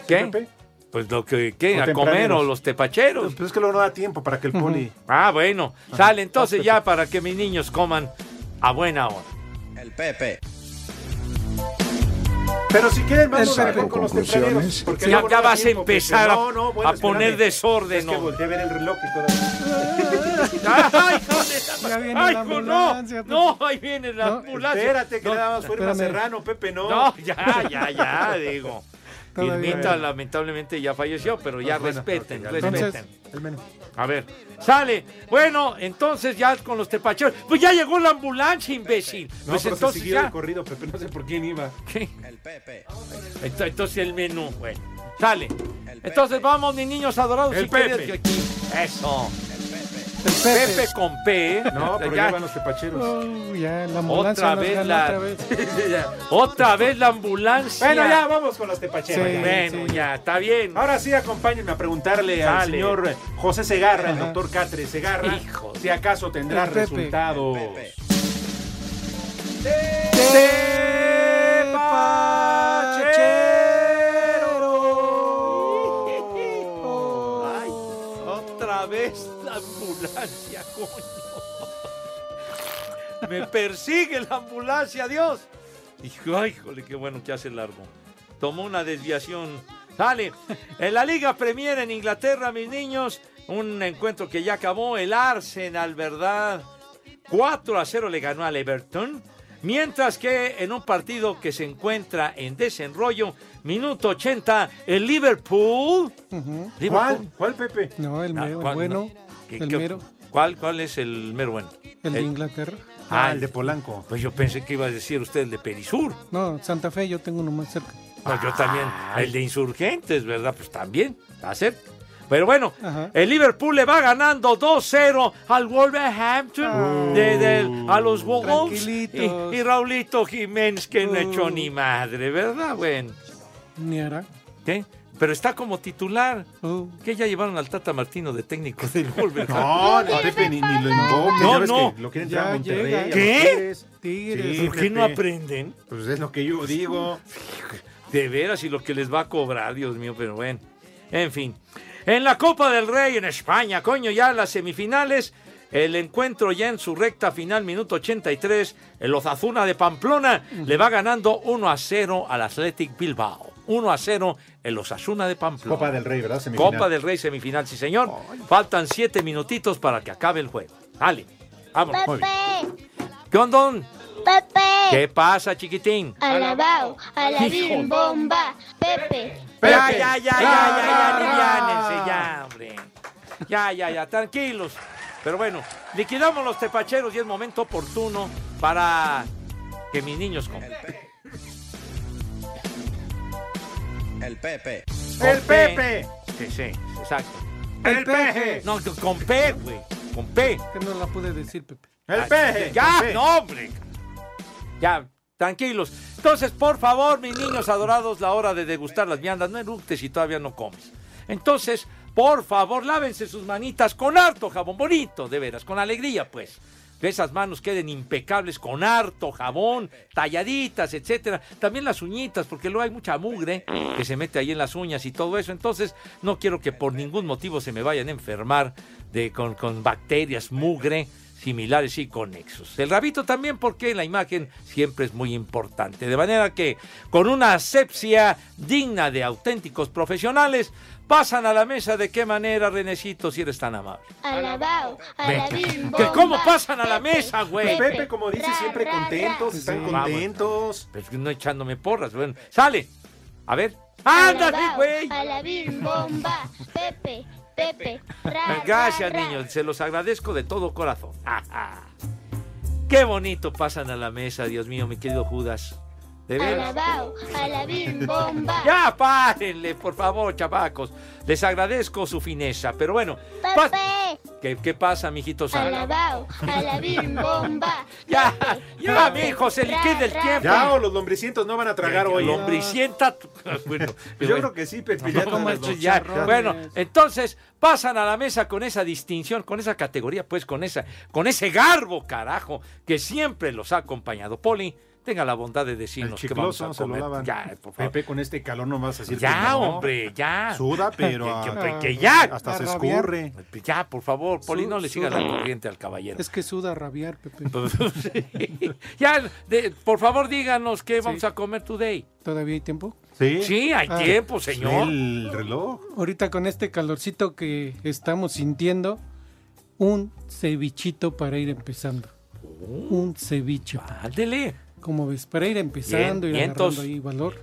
¿Qué? Pues lo que, ¿qué?
O
¿A comer
tempraneros.
o los tepacheros?
Pues es que luego no da tiempo para que el poli...
Ah, bueno. Sale
Ah,
entonces ya para que mis niños coman a buena hora. El Pepe.
Pero si quieren, vamos a
Exacto,
ver con los
conclusiones.
tempraneros. porque
Sí,
luego
ya
no da
vas a
tiempo,
empezar a-
Pepe. No, no, bueno,
a poner
espérame.
desorden,
Es que
¿no?
volteé a ver el reloj y todavía...
¡Ay, hijo de
Ya
la-
viene
¡Ay,
la
hijo,
ambulancia,
no! ¡No! ¡Ahí viene la
No,
ambulancia!
espérate, que
No,
le daba más fuerza a
espérame.
Serrano, Pepe, no.
No, ya, ya, ya, digo.
Todavía.
Vilmita lamentablemente ya falleció, pero ya
Bueno,
respeten,
ok,
respeten.
entonces, el menú.
A ver, sale. Bueno, entonces ya con los tepacheros. Pues ya llegó la ambulancia, imbécil.
No,
pues
pero
entonces
se siguió
ya.
el corrido, Pepe, no sé por quién iba.
¿Qué? El Pepe. Entonces el menú, bueno. Sale. Entonces vamos, mis niños adorados.
El
si quieres
Pepe.
que aquí- Eso. El Pepe. con P. ¿eh?
No, pero ya van los tepacheros.
Oh, ya, la ambulancia
Otra
nos
vez
ganó
la.
otra vez.
Otra vez la ambulancia.
Bueno, ya vamos con los tepacheros.
ah. Sí,
ya.
bueno, ya, está bien.
Ahora sí, acompáñenme a preguntarle al
Sale.
señor José Segarra, el doctor Catre Segarra, si acaso tendrá
El Pepe.
resultados.
Ay, otra vez la ambulancia, coño. Me persigue la ambulancia, Dios. Hijo, ay, híjole, qué bueno que hace largo. Tomó una desviación. Sale. En la Liga Premier en Inglaterra, mis niños, un encuentro que ya acabó. El Arsenal, ¿verdad? 4 a 0 le ganó al Everton. Mientras que en un partido que se encuentra en desenrollo, minuto 80, el Liverpool. Liverpool.
¿Cuál? ¿Cuál, Pepe?
No, el mero, el
Ah, ¿cuál?
bueno.
¿Qué-
El
qué-
mero.
¿Cuál, ¿Cuál es el mero bueno?
El de Inglaterra.
Ah, el de Polanco.
Pues yo pensé que iba a decir usted el de Perisur.
No, Santa Fe yo tengo uno más cerca.
No, yo también.
Ah,
El de Insurgentes, ¿verdad? Pues también. Va a ser. Pero bueno, el Liverpool le va ganando 2-0 al
Uh.
Wolverhampton, de- del- a los Wolves. Y,
Tranquilitos.
y Raulito Jiménez, que no echó
Uh.
ni madre, ¿verdad, güey?
Ni hará.
¿Qué? Pero está como titular.
Uh.
Que ya llevaron al Tata Martino de técnico del Wolverhampton.
No, no, Pepe, ni, ni lo invoques.
No,
ya ves
no.
que Lo quieren entrar a
Ya
Monterrey.
llega.
a los
¿Qué?
Tigres.
Tigres.
Sí,
¿Por qué no
Pepe.
aprenden?
Pues es lo que yo digo.
De veras, y lo que les va a cobrar, Dios mío, pero bueno. En fin. En la Copa del Rey en España, coño, ya las semifinales. El encuentro ya en su recta final, minuto 83. El Ozazuna de Pamplona le va ganando 1 a 0 al Athletic Bilbao. 1 a 0 el Osasuna de Pamplona.
Copa del Rey, ¿verdad? Semifinal.
Copa del Rey semifinal, sí, señor. Faltan 7 minutitos para que acabe el juego. Dale, vámonos.
Pepe.
¿Qué ¿Qué onda?
Pepe.
¿Qué pasa, chiquitín?
Alabao, alabim, bomba, Pepe.
Ya, ya, ya, ya, ya,
Ah.
ya, aliviánense, ya, hombre. Ya, ya, ya, tranquilos. Pero bueno, liquidamos los tepacheros y es momento oportuno para que mis niños coman.
El Pepe.
El Pepe. Sí, sí, exacto.
El peje.
No, con P, güey. Con P.
Que no la pude decir, Pepe.
Ah, Ya, no, hombre. Ya, tranquilos. Entonces, por favor, mis niños adorados, la hora de degustar las viandas. No eructes si todavía no comes. Entonces, por favor, lávense sus manitas con harto jabón. Bonito, de veras, con alegría, pues. Que esas manos queden impecables con harto jabón, talladitas, etcétera. También las uñitas, porque luego hay mucha mugre que se mete ahí en las uñas y todo eso. Entonces, no quiero que por ningún motivo se me vayan a enfermar de, con, con bacterias, mugre, similares y conexos. El rabito también, porque la imagen siempre es muy importante. De manera que, con una asepsia digna de auténticos profesionales, pasan a la mesa de qué manera, Renecito, si eres tan amable.
Alabao, alabim, bomba.
Que cómo pasan a la mesa, güey.
Pepe, como dice siempre, contentos, están
Sí, vamos.
contentos.
Pues no echándome porras, bueno. Sale. A ver. ¡Ándate,
Alabao,
güey!
alabim, bomba, Pepe, Pepe. Ra,
Gracias,
ra, ra.
niños. Se los agradezco de todo corazón. Ajá. Qué bonito pasan a la mesa, Dios mío, mi querido Judas. De veras.
Alabao, alabim, bomba.
Ya párenle, por favor, chavacos. Les agradezco su fineza, pero bueno. pas-
Pepe.
¿Qué, qué pasa, mijito santo?
Alabao, alabim, bomba.
Ya, ya, mijo, se liquide el tiempo.
Ya, o los lombricientos no van a tragar hoy. Pues
Lombricienta. ah, Bueno,
Yo creo que sí, Pepe.
Ya
ya
como
las
esto
dos
ya.
chicharrones.
Bueno, entonces pasan a la mesa con esa distinción, con esa categoría, pues con esa, con ese garbo, carajo, que siempre los ha acompañado. Poli, tenga la bondad de decirnos qué vamos
Chicloso,
a
se lo
comer.
lavan.
Ya, por favor.
Pepe, con este calor no vas a decir
Ya,
que no.
hombre, ya.
Suda, pero...
Que- que-
ah,
que ya.
Hasta se
A rabiar.
escurre.
Ya, por favor, Poli, no le siga
Suda.
la corriente al caballero.
Es que suda rabiar, Pepe.
pues,
ya, de- por favor, díganos qué vamos a comer today.
¿Todavía hay tiempo?
Sí.
Sí, hay
Ah.
tiempo, señor.
El reloj.
Ahorita con este calorcito que estamos sintiendo, un cevichito para ir empezando. Un cevicho.
Oh. Ándele.
Como ves, para ir empezando,
Bien,
ir agarrando
vientos.
ahí valor.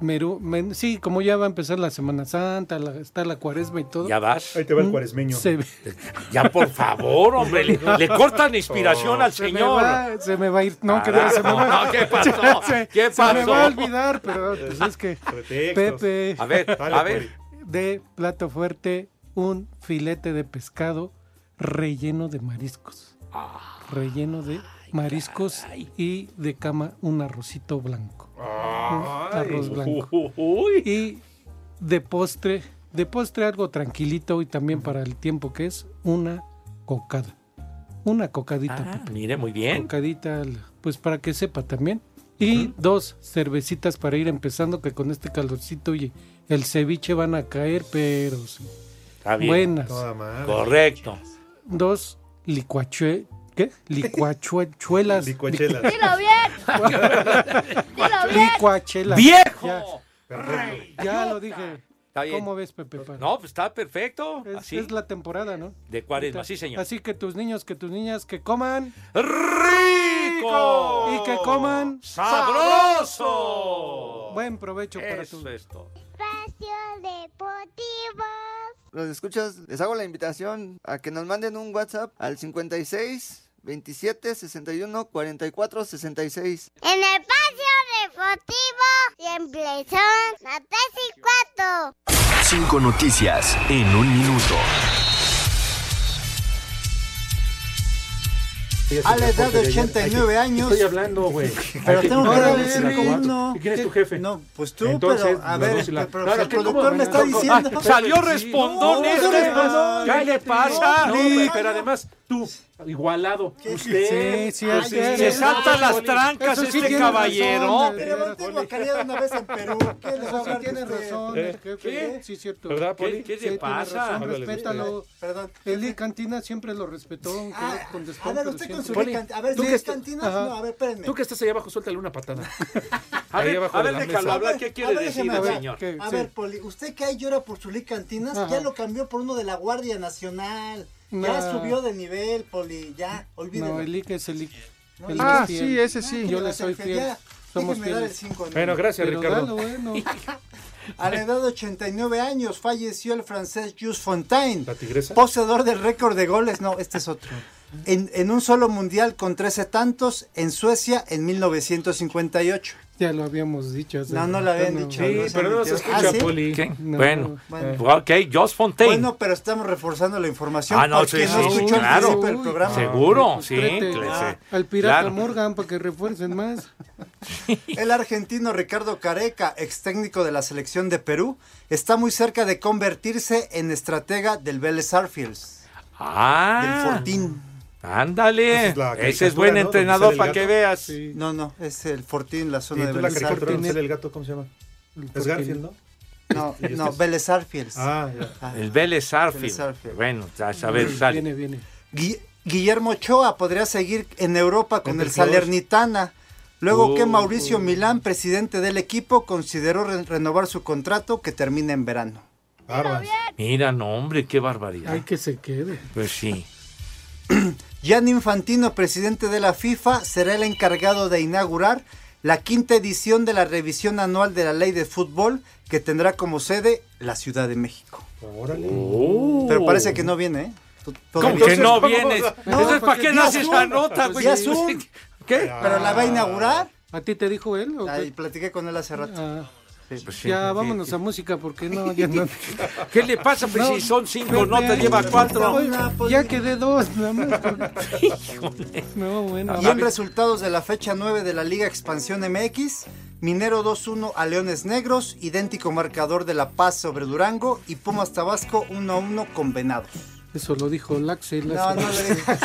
Merú- men- sí, como ya va a empezar la Semana Santa, la- está la cuaresma y todo.
Ya vas. Ahí te
va el
Un
cuaresmeño.
cevi-
Ya, por favor, hombre, le, le cortan inspiración al
Oh, Se me
señor.
va- se me va a ir. No, que no,
Carajo,
se me va
no, ¿qué pasó?
Se,
¿Qué
se me
pasó?
va a olvidar, pero pues, es que.
Pretextos.
Pepe. pues.
A ver, Dale, a ver.
De plato fuerte, un filete de pescado relleno de mariscos.
Ah.
Relleno de mariscos y de cama un arrocito blanco. Un arroz blanco. Y de postre, de postre algo tranquilito y también para el tiempo que es, una cocada. Una cocadita,
Ah,
Pepe.
mire, muy bien.
Cocadita, al- pues para que sepa también. Y dos cervecitas para ir empezando, que con este calorcito y el ceviche van a caer, pero sí.
Está bien.
buenas.
Toda madre.
Correcto.
Dos licuachue... ¿Qué? Licuachuelas.
Licuachelas.
Dilo bien. Dilo bien.
Licuachelas.
¡Viejo!
Ya,
Perfecto.
ya lo dije.
Está bien.
¿Cómo ves, Pepe? Pan?
No, pues está perfecto.
Es,
Así.
es la temporada, ¿no?
De cuaresma, sí, señor.
Así que tus niños, que tus niñas, que coman
¡Rico!
y que coman
¡Sabroso!
Buen provecho para
Eso
tu-
es todo.
Los escuchas, les hago la invitación a que nos manden un WhatsApp al 56 27 61 44 66.
En el patio deportivo siempre son las tres y cuatro.
Cinco noticias en un minuto.
A la edad de 89 años.
Estoy hablando, güey.
Pero tengo que
Órale,
darle cinco,
Rico.
uno.
¿Y quién es tu jefe?
No, pues tú,
Entonces,
pero a
los
ver,
dos y la-
pero
Claro,
el
¿qué- cómo
productor me
van a-
está diciendo.
Ah,
Salió
No,
respondón
no,
este.
respondón.
¿Qué le pasa?
No, güey, pero además, tú, igualado. Usted.
Sí, sí, es cierto.
Se salta las trancas
Eso sí
este
tiene
caballero.
razón, de
Me levanté guacareado una vez en Perú. ¿Qué les va a
Sí,
hablar
tiene
de usted?
razón, el jefe.
¿Qué?
Sí, cierto.
Eh, ¿Verdad, Poli? ¿Qué- qué
Sí,
le
tiene
pasa?
razón,
Háblale,
respétalo.
Perdón. Ah,
Eli Cantina siempre lo respetó. aunque no contestó,
A ver,
pero
usted con
siempre-
su Lic- A ver,
Tú
¿tú
que est-
cantinas?
Ajá.
No, a ver, espérenme.
este- Tú que estás allá abajo, suéltale una patada.
A
Ahí
ver, a
abajo de
ver,
la
déjalo
mesa.
hablar. ¿Qué quiere
A ver,
decir
déjeme
el
ver.
señor?
¿Qué?
A
Sí.
ver, Poli, usted que ahí llora por su Lic Cantinas,
Ajá.
ya lo cambió por uno de la Guardia Nacional.
Ya
No.
subió de nivel, Poli, ya, olvídelo.
No, el ICA es el ICA.
No,
Él
ah,
es fiel.
sí, ese sí.
Yo le soy fiel.
Ya,
Somos
déjenme dar el
fieles.
cinco, ¿no?
Bueno, gracias,
Pero
Ricardo.
dalo, bueno.
A la edad de 89 años falleció el francés Jules Fontaine,
tigresa?
poseedor del récord de goles, no, este es otro, en, en un solo mundial con 13 tantos en Suecia en 1958.
Ya lo habíamos dicho. hace
No, no lo
rato,
habían dicho.
Sí, pero no se escucha,
¿Ah, sí?
Poli. ¿Qué?
No.
Bueno, eh,
Bueno.
ok, Joss Fontaine.
Bueno, pero estamos reforzando la información.
Ah, no,
porque
sí,
no
sí,
escuchó al
claro.
principio del programa.
Seguro, sí.
Trete
claro, sí.
Pues Al pirata
Claro.
Morgan para que refuercen más.
El argentino Ricardo Careca, ex técnico de la selección de Perú, está muy cerca de convertirse en estratega del Vélez Arfields.
Ah.
Del Fortín.
Ándale. Ese es buen entrenador para que veas.
No, no, es el Fortín, la
¿Y
zona de
tú la
Vélez
caricatura donde
Arfields.
sale el gato, cómo se llama? Es
Fortín.
Garfield, ¿no?
No,
¿Y este
no,
es?
Vélez Arfields.
Ah, ya.
Ah.
El Vélez
Vélez
Arfield.
Arfield.
Bueno, a saber, sale.
viene.
Gui- Guillermo Ochoa podría seguir en Europa con
Entre
el
los-
Salernitana. Luego que
Oh.
Mauricio Milán, presidente del equipo, consideró re- renovar su contrato que termina en verano.
Mira, no, hombre, qué barbaridad.
Ay,
que se quede.
Pues sí.
Jan Infantino, presidente de la FIFA, será el encargado de inaugurar la quinta edición de la revisión anual de la ley de fútbol que tendrá como sede la Ciudad de México.
Oh.
Pero parece que no viene, ¿eh? T-
¿Cómo
todavía.
que no vienes? Eso es para qué
vía
haces la
Zoom,
nota,
pues
güey.
vía Zoom.
¿Qué?
¿Pero la va a inaugurar?
Ah. ¿A ti te dijo él? O Ah.
Ahí platiqué con él hace rato.
Pues
ya vámonos a música porque no, ya no.
¿Qué le pasa? Pues si son cinco
no,
notas,
ya-
lleva cuatro.
Ya,
pues,
quedé dos, nada más. porque- no, bueno.
Y en resultados de la fecha 9 de la Liga Expansión MX, Minero 2-1 a Leones Negros, idéntico marcador de La Paz sobre Durango y Pumas Tabasco 1-1 con Venados.
Eso lo dijo Laxe.
No, no le dejas.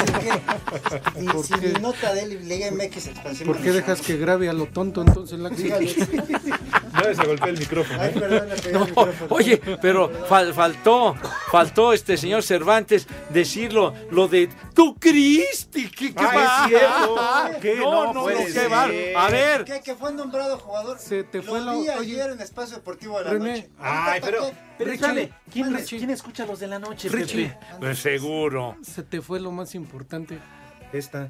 Y si mi nota de Liga MX Expansión
¿Por qué dejas que grabe a lo tonto entonces Laxe?
No, se golpea el micrófono. ¿eh?
No, oye, pero fal- faltó, faltó este señor Cervantes decirlo, lo de tu Cristi, qué, qué
Ah, es
va-
cierto. ¿Qué?
No,
No
no, no,
puede
qué bar-
ser.
A ver,
Que, que fue nombrado jugador. Se te
fue la-
vi
oye.
ayer en Espacio Deportivo de la
René.
Noche.
Ay,
Ahorita
pero-
toqué.
pero espérame,
¿quién,
escucha los de la noche,
Richie, pues seguro.
Se te fue lo más importante.
Esta.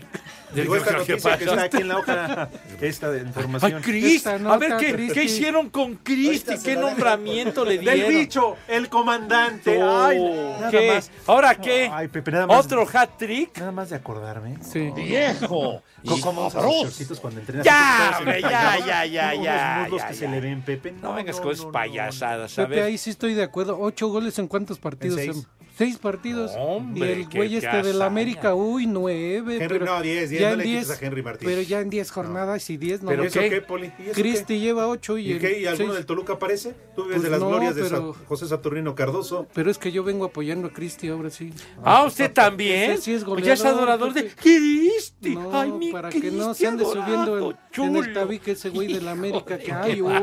Yo
Digo, esta
creo que
noticia que
pasa.
está aquí en la hoja, esta de
Ay,
información.
Cristi,
Esta
a
nota,
ver ¿qué,
Cristi.
qué hicieron con Cristi, qué nombramiento le dieron.
Del bicho, el comandante.
Oh,
Ay, nada
¿qué?
más.
¿Ahora qué?
Ay, Pepe, nada más.
¿Otro hat trick?
Nada más de acordarme.
Sí.
¡Viejo!
y
¿Cómo usas
sabroso.
los shortcitos cuando entrenas?
Ya,
Todos
hombre,
se me
ya,
acaban.
ya, ya,
Unos
ya,
muslos
ya,
que se
ya.
le ven, Pepe.
No vengas con esas payasadas, a
Pepe,
ver.
ahí sí estoy de acuerdo. Ocho goles en cuántos partidos.
seis.
em? seis partidos.
Hombre,
y el
qué
güey este del
hazaña.
América, uy, nueve.
Henry,
pero
no, diez, diez,
ya
no
en
le quites
diez,
a Henry Martín.
Pero ya en diez jornadas y diez, no.
¿Pero
no.
eso qué, Poli? ¿Y eso
Cristi
qué?
lleva ocho y,
¿Y
el
qué? ¿Y alguno
seis.
del Toluca aparece? Tú ves
Pues
de las
no,
glorias de
pero-
Sa- José Saturnino Cardoso.
Pero es que yo vengo apoyando a Cristi ahora sí.
Ah, usted también.
Ese sí es
Pues ya es
goleador,
adorador de
Pepe.
Cristi.
No,
Ay, mi
para que no se ande subiendo en- en, el tabique ese güey de la América. que, ay, uy,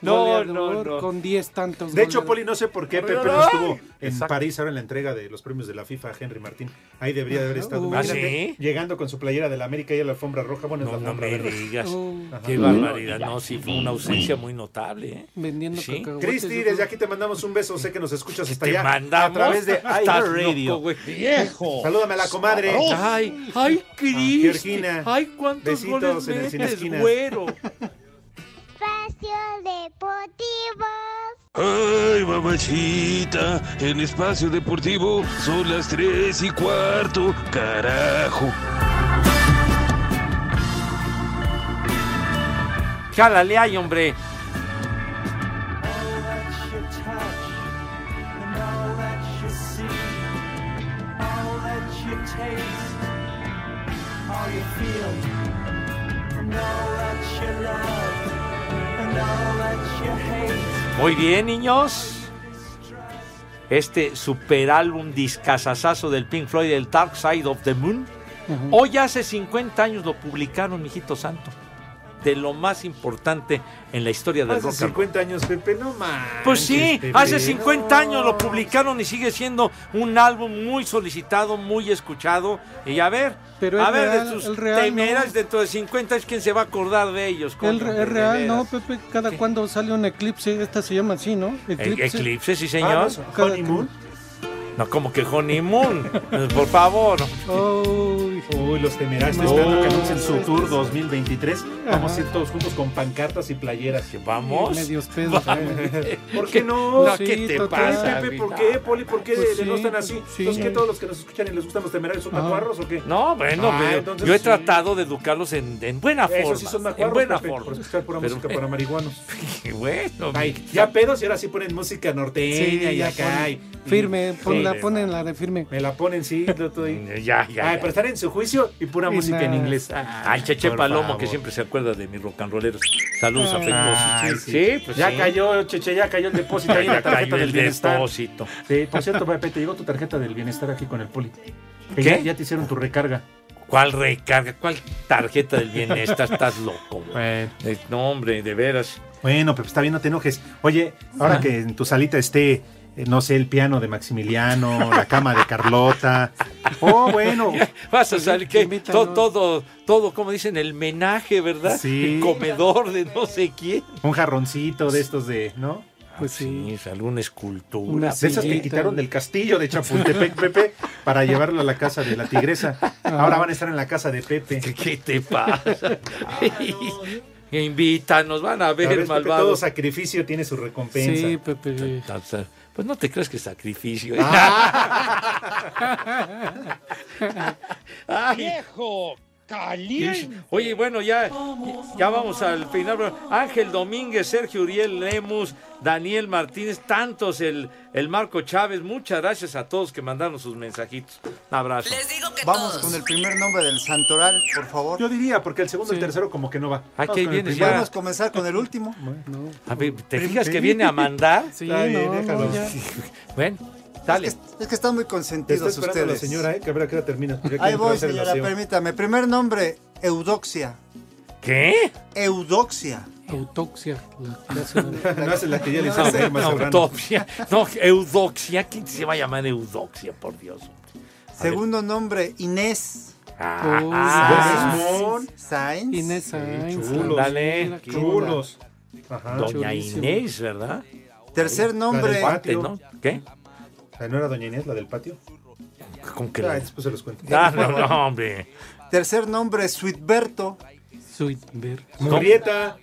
No,
goleador
no, no.
Con diez tantos.
De hecho,
goleadores.
Poli, no sé por qué, Pepe, pero estuvo en París ahora en la entrega de los premios de la FIFA a Henry Martín. Ahí debería de haber estado.
Uh.
Imagínate,
¿Ah, sí?
Llegando con su playera de la América y a la alfombra roja. Bueno, es
No,
la
no
alfombra
me
verde.
digas.
Ajá.
Qué barbaridad. No, sí, fue una ausencia muy notable. ¿eh?
Vendiendo
Sí.
cacahuetes,
Cristi,
yo
desde aquí te mandamos un beso. Sé que nos escuchas hasta
Te
allá.
mandamos
A través de
Estás loco,
iHeartRadio.
güey. Viejo.
Salúdame a la comadre.
Sabroso. Ay, ay, Cristi.
Georgina.
Ay, cuántos
Besitos
goles
en el Sin
metes,
Esquinas.
güero.
Espacio Deportivo.
Ay, mamachita, en espacio deportivo son las tres y cuarto, carajo.
Jálale ay, hombre. Muy bien, niños. Este super álbum discazazazo del Pink Floyd, el Dark Side of the Moon. Hoy hace 50 años lo publicaron, mijito santo. De lo más importante en la historia del
Hace
rock and roll.
50 años, Pepe, no más.
Pues sí, hace 50 años lo publicaron y sigue siendo un álbum muy solicitado, muy escuchado. Y a ver,
Pero
a
es
ver,
real,
de sus
es real,
temeras
¿no?
dentro de 50 es quien se va a acordar de ellos.
El,
coño, de
es real, ¿no,
veras.
Pepe? Cada cuando sale un eclipse, esta se llama así, ¿no?
Ah,
E- Eclipse, sí, señor.
Cada-
No, como que honeymoon. Por favor.
Oh,
Uy, los temerarios están esperando que anuncien su tour 2023. Vamos a ir todos juntos con pancartas y playeras.
Vamos.
Medios pedos. eh.
¿Por qué no?
No, ¿qué te pasa,
Pepe,
Vita?
¿Por qué, Poli? ¿Por qué
Pues
de-
sí,
no están así?
sí.
¿Entonces qué todos los que nos escuchan y les gustan los temerarios son
Ah.
macuarros o qué?
No, bueno,
Ah,
pero
entonces
yo he
sí.
tratado de educarlos en, en buena
Esos
forma.
sí son
en
macuarros,
buena
Pepe,
forma.
por escuchar pura
Pero-
música para marihuanos.
Qué bueno.
Ay,
mi-
ya pedos y ahora sí ponen música norteña
Sí,
y
ya
acá.
ponen. Firme, pon- la
Sí.
ponen la de firme.
Me la ponen, sí, lo estoy.
Ya, ya.
Ay,
ya.
para estar en su juicio y pura
Y
música en
nada.
inglés.
Ay, Cheche
por
Palomo,
favor.
que siempre se acuerda de mis rock and rolleros. Saludos
Ay,
afectuosos.
Ah, sí.
Sí, pues
ya
sí.
cayó, Cheche, ya cayó el depósito ahí en la
Ya
tarjeta
cayó
del
el
bienestar.
depósito.
Sí, por cierto, Pepe, te llegó tu tarjeta del bienestar aquí con el poli. Que
¿Qué?
Ya, ya te hicieron tu recarga.
¿Cuál recarga? ¿Cuál tarjeta del bienestar? Estás loco. güey.
Bueno.
Eh, No, hombre, de veras.
Bueno, Pepe, está bien, no te enojes. Oye, ahora
Ah.
que en tu salita esté, eh, no sé, el piano de Maximiliano, la cama de Carlota. Oh, bueno.
Vas a salir que todo,
invítanos.
todo, todo, como dicen, el menaje, ¿verdad?
Sí.
El comedor de no sé quién.
Un jarroncito de estos de, ¿no?
Pues
Ah, sí. es alguna escultura.
Una de esas que
Sí.
quitaron del castillo de Chapultepec, Pepe, para llevarlo a la casa de la tigresa. Ahora van a estar en la casa de Pepe.
¿Qué te pasa? Invítanos, van a
Ya ves,
ver,
Pepe,
malvados.
todo sacrificio tiene su recompensa.
Sí, Pepe.
Ta- ta- Pues no te crees que sacrificio. ¿eh?
Ah.
¡Viejo! ¡Caliente! Oye, bueno, ya, ya vamos al final. Bueno, Ángel Domínguez, Sergio Uriel Lemus, Daniel Martínez, tantos, el, el Marco Chávez. Muchas gracias a todos que mandaron sus mensajitos. Un abrazo.
Vamos con el primer nombre del santoral, por favor.
Yo diría, porque el segundo y el tercero como que no va.
Aquí
Vamos con el
vienes
primero.
Ah, ya.
Vamos a comenzar con el último.
A ver, ¿te fijas que viene a mandar?
Sí,
Está bien,
no,
déjalo.
no, ya.
Bueno, dale.
Es que están muy
Te está
consentidos
esperando la
ustedes.
señora, ¿eh? que a ver a qué hora termina. Ya
Ahí
que
voy,
entró a hacer el
señora,
aseo.
permítame. Primer nombre, Eudoxia.
¿Qué?
Eudoxia.
Autoxia. La clase
No hace la que ya le
No,
hicieron ahí más serrano.
autopsia. No, eudoxia. ¿Quién se va a llamar eudoxia, por Dios?
Segundo nombre, Inés.
Ah,
Sainz.
Inés Sainz.
chulos. Dale.
Qué
Chulos. Ajá.
Doña
Chulísimo.
Inés, ¿verdad?
Tercer
La
nombre,
del patio.
¿No? ¿Qué?
¿No era Doña Inés la del patio?
¿Cómo que
Ah,
la-
después se los cuento.
Ah, no, no, hombre.
tercer nombre, Sweetberto.
Sweetberg.
Murrieta.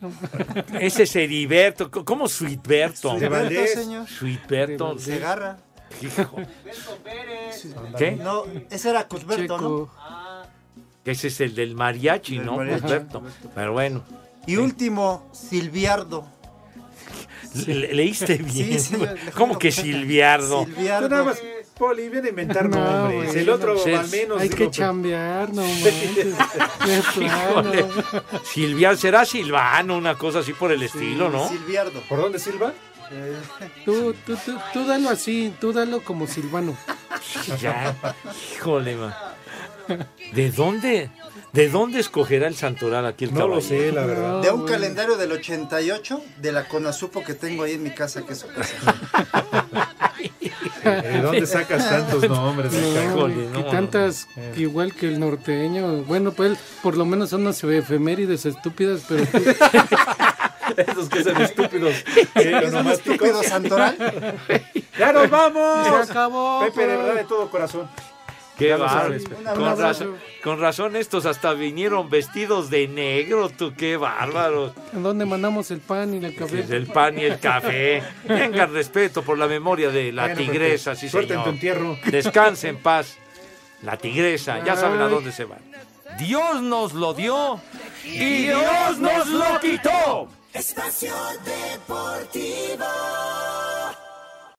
Ese es Heriberto. C- ¿Cómo Suitberto?
De Valdés.
señor.
Suitberto.
Segarra.
Hijo. ¿Qué?
No, ese era Cusberto, ¿no?
Ese es el del mariachi,
Del
¿no?
mariachi.
Suitberto. Pero bueno,
Y último, Silviardo.
le- leíste bien.
sí, le
¿Cómo
juro.
que Silviardo?
Tú nada
Silviardo.
más, Poli, viene a inventar
No,
nombres.
güey,
el otro
no.
al menos.
Hay
digo,
que
pero-
chambear, no manches. De plano.
Híjole. Silviar será Silvano, una cosa así por el estilo, ¿no?
Silviardo.
¿Por dónde silba?
Tú, tú, tú, tú dalo así, tú dalo como Silvano.
Ya. Híjole, man. ¿De dónde? ¿De dónde escogerá el santoral aquí el
No
caballero?
lo sé, la verdad.
De un calendario del 88 de la Conasupo que tengo ahí en mi casa, que es su casa.
¿De dónde sacas tantos nombres?
No,
Híjole, no,
y tantas,
Eh.
que igual que el norteño. Bueno, pues él, por lo menos son unas efemérides estúpidas, pero
Esos pues, que son estúpidos. Pero nomás tú-
Estúpido santoral.
¡Ya nos vamos!
se acabó.
Pepe, de
güey.
verdad, de todo corazón.
Qué
Ya lo
bárbaro.
sabes, Pepe.
Un
Con
abrazo.
razón, con razón estos hasta vinieron vestidos de negro, tú qué bárbaros.
¿En dónde mandamos el pan y el
Es
café?
el pan y el café. Tengan respeto por la memoria de la
Bueno, Pepe,
tigresa, sí
Suerte en tu
señor.
entierro.
Descanse en paz. La tigresa, ya saben a dónde se van. Dios nos lo dio y Dios nos lo quitó.
Espacio Deportivo.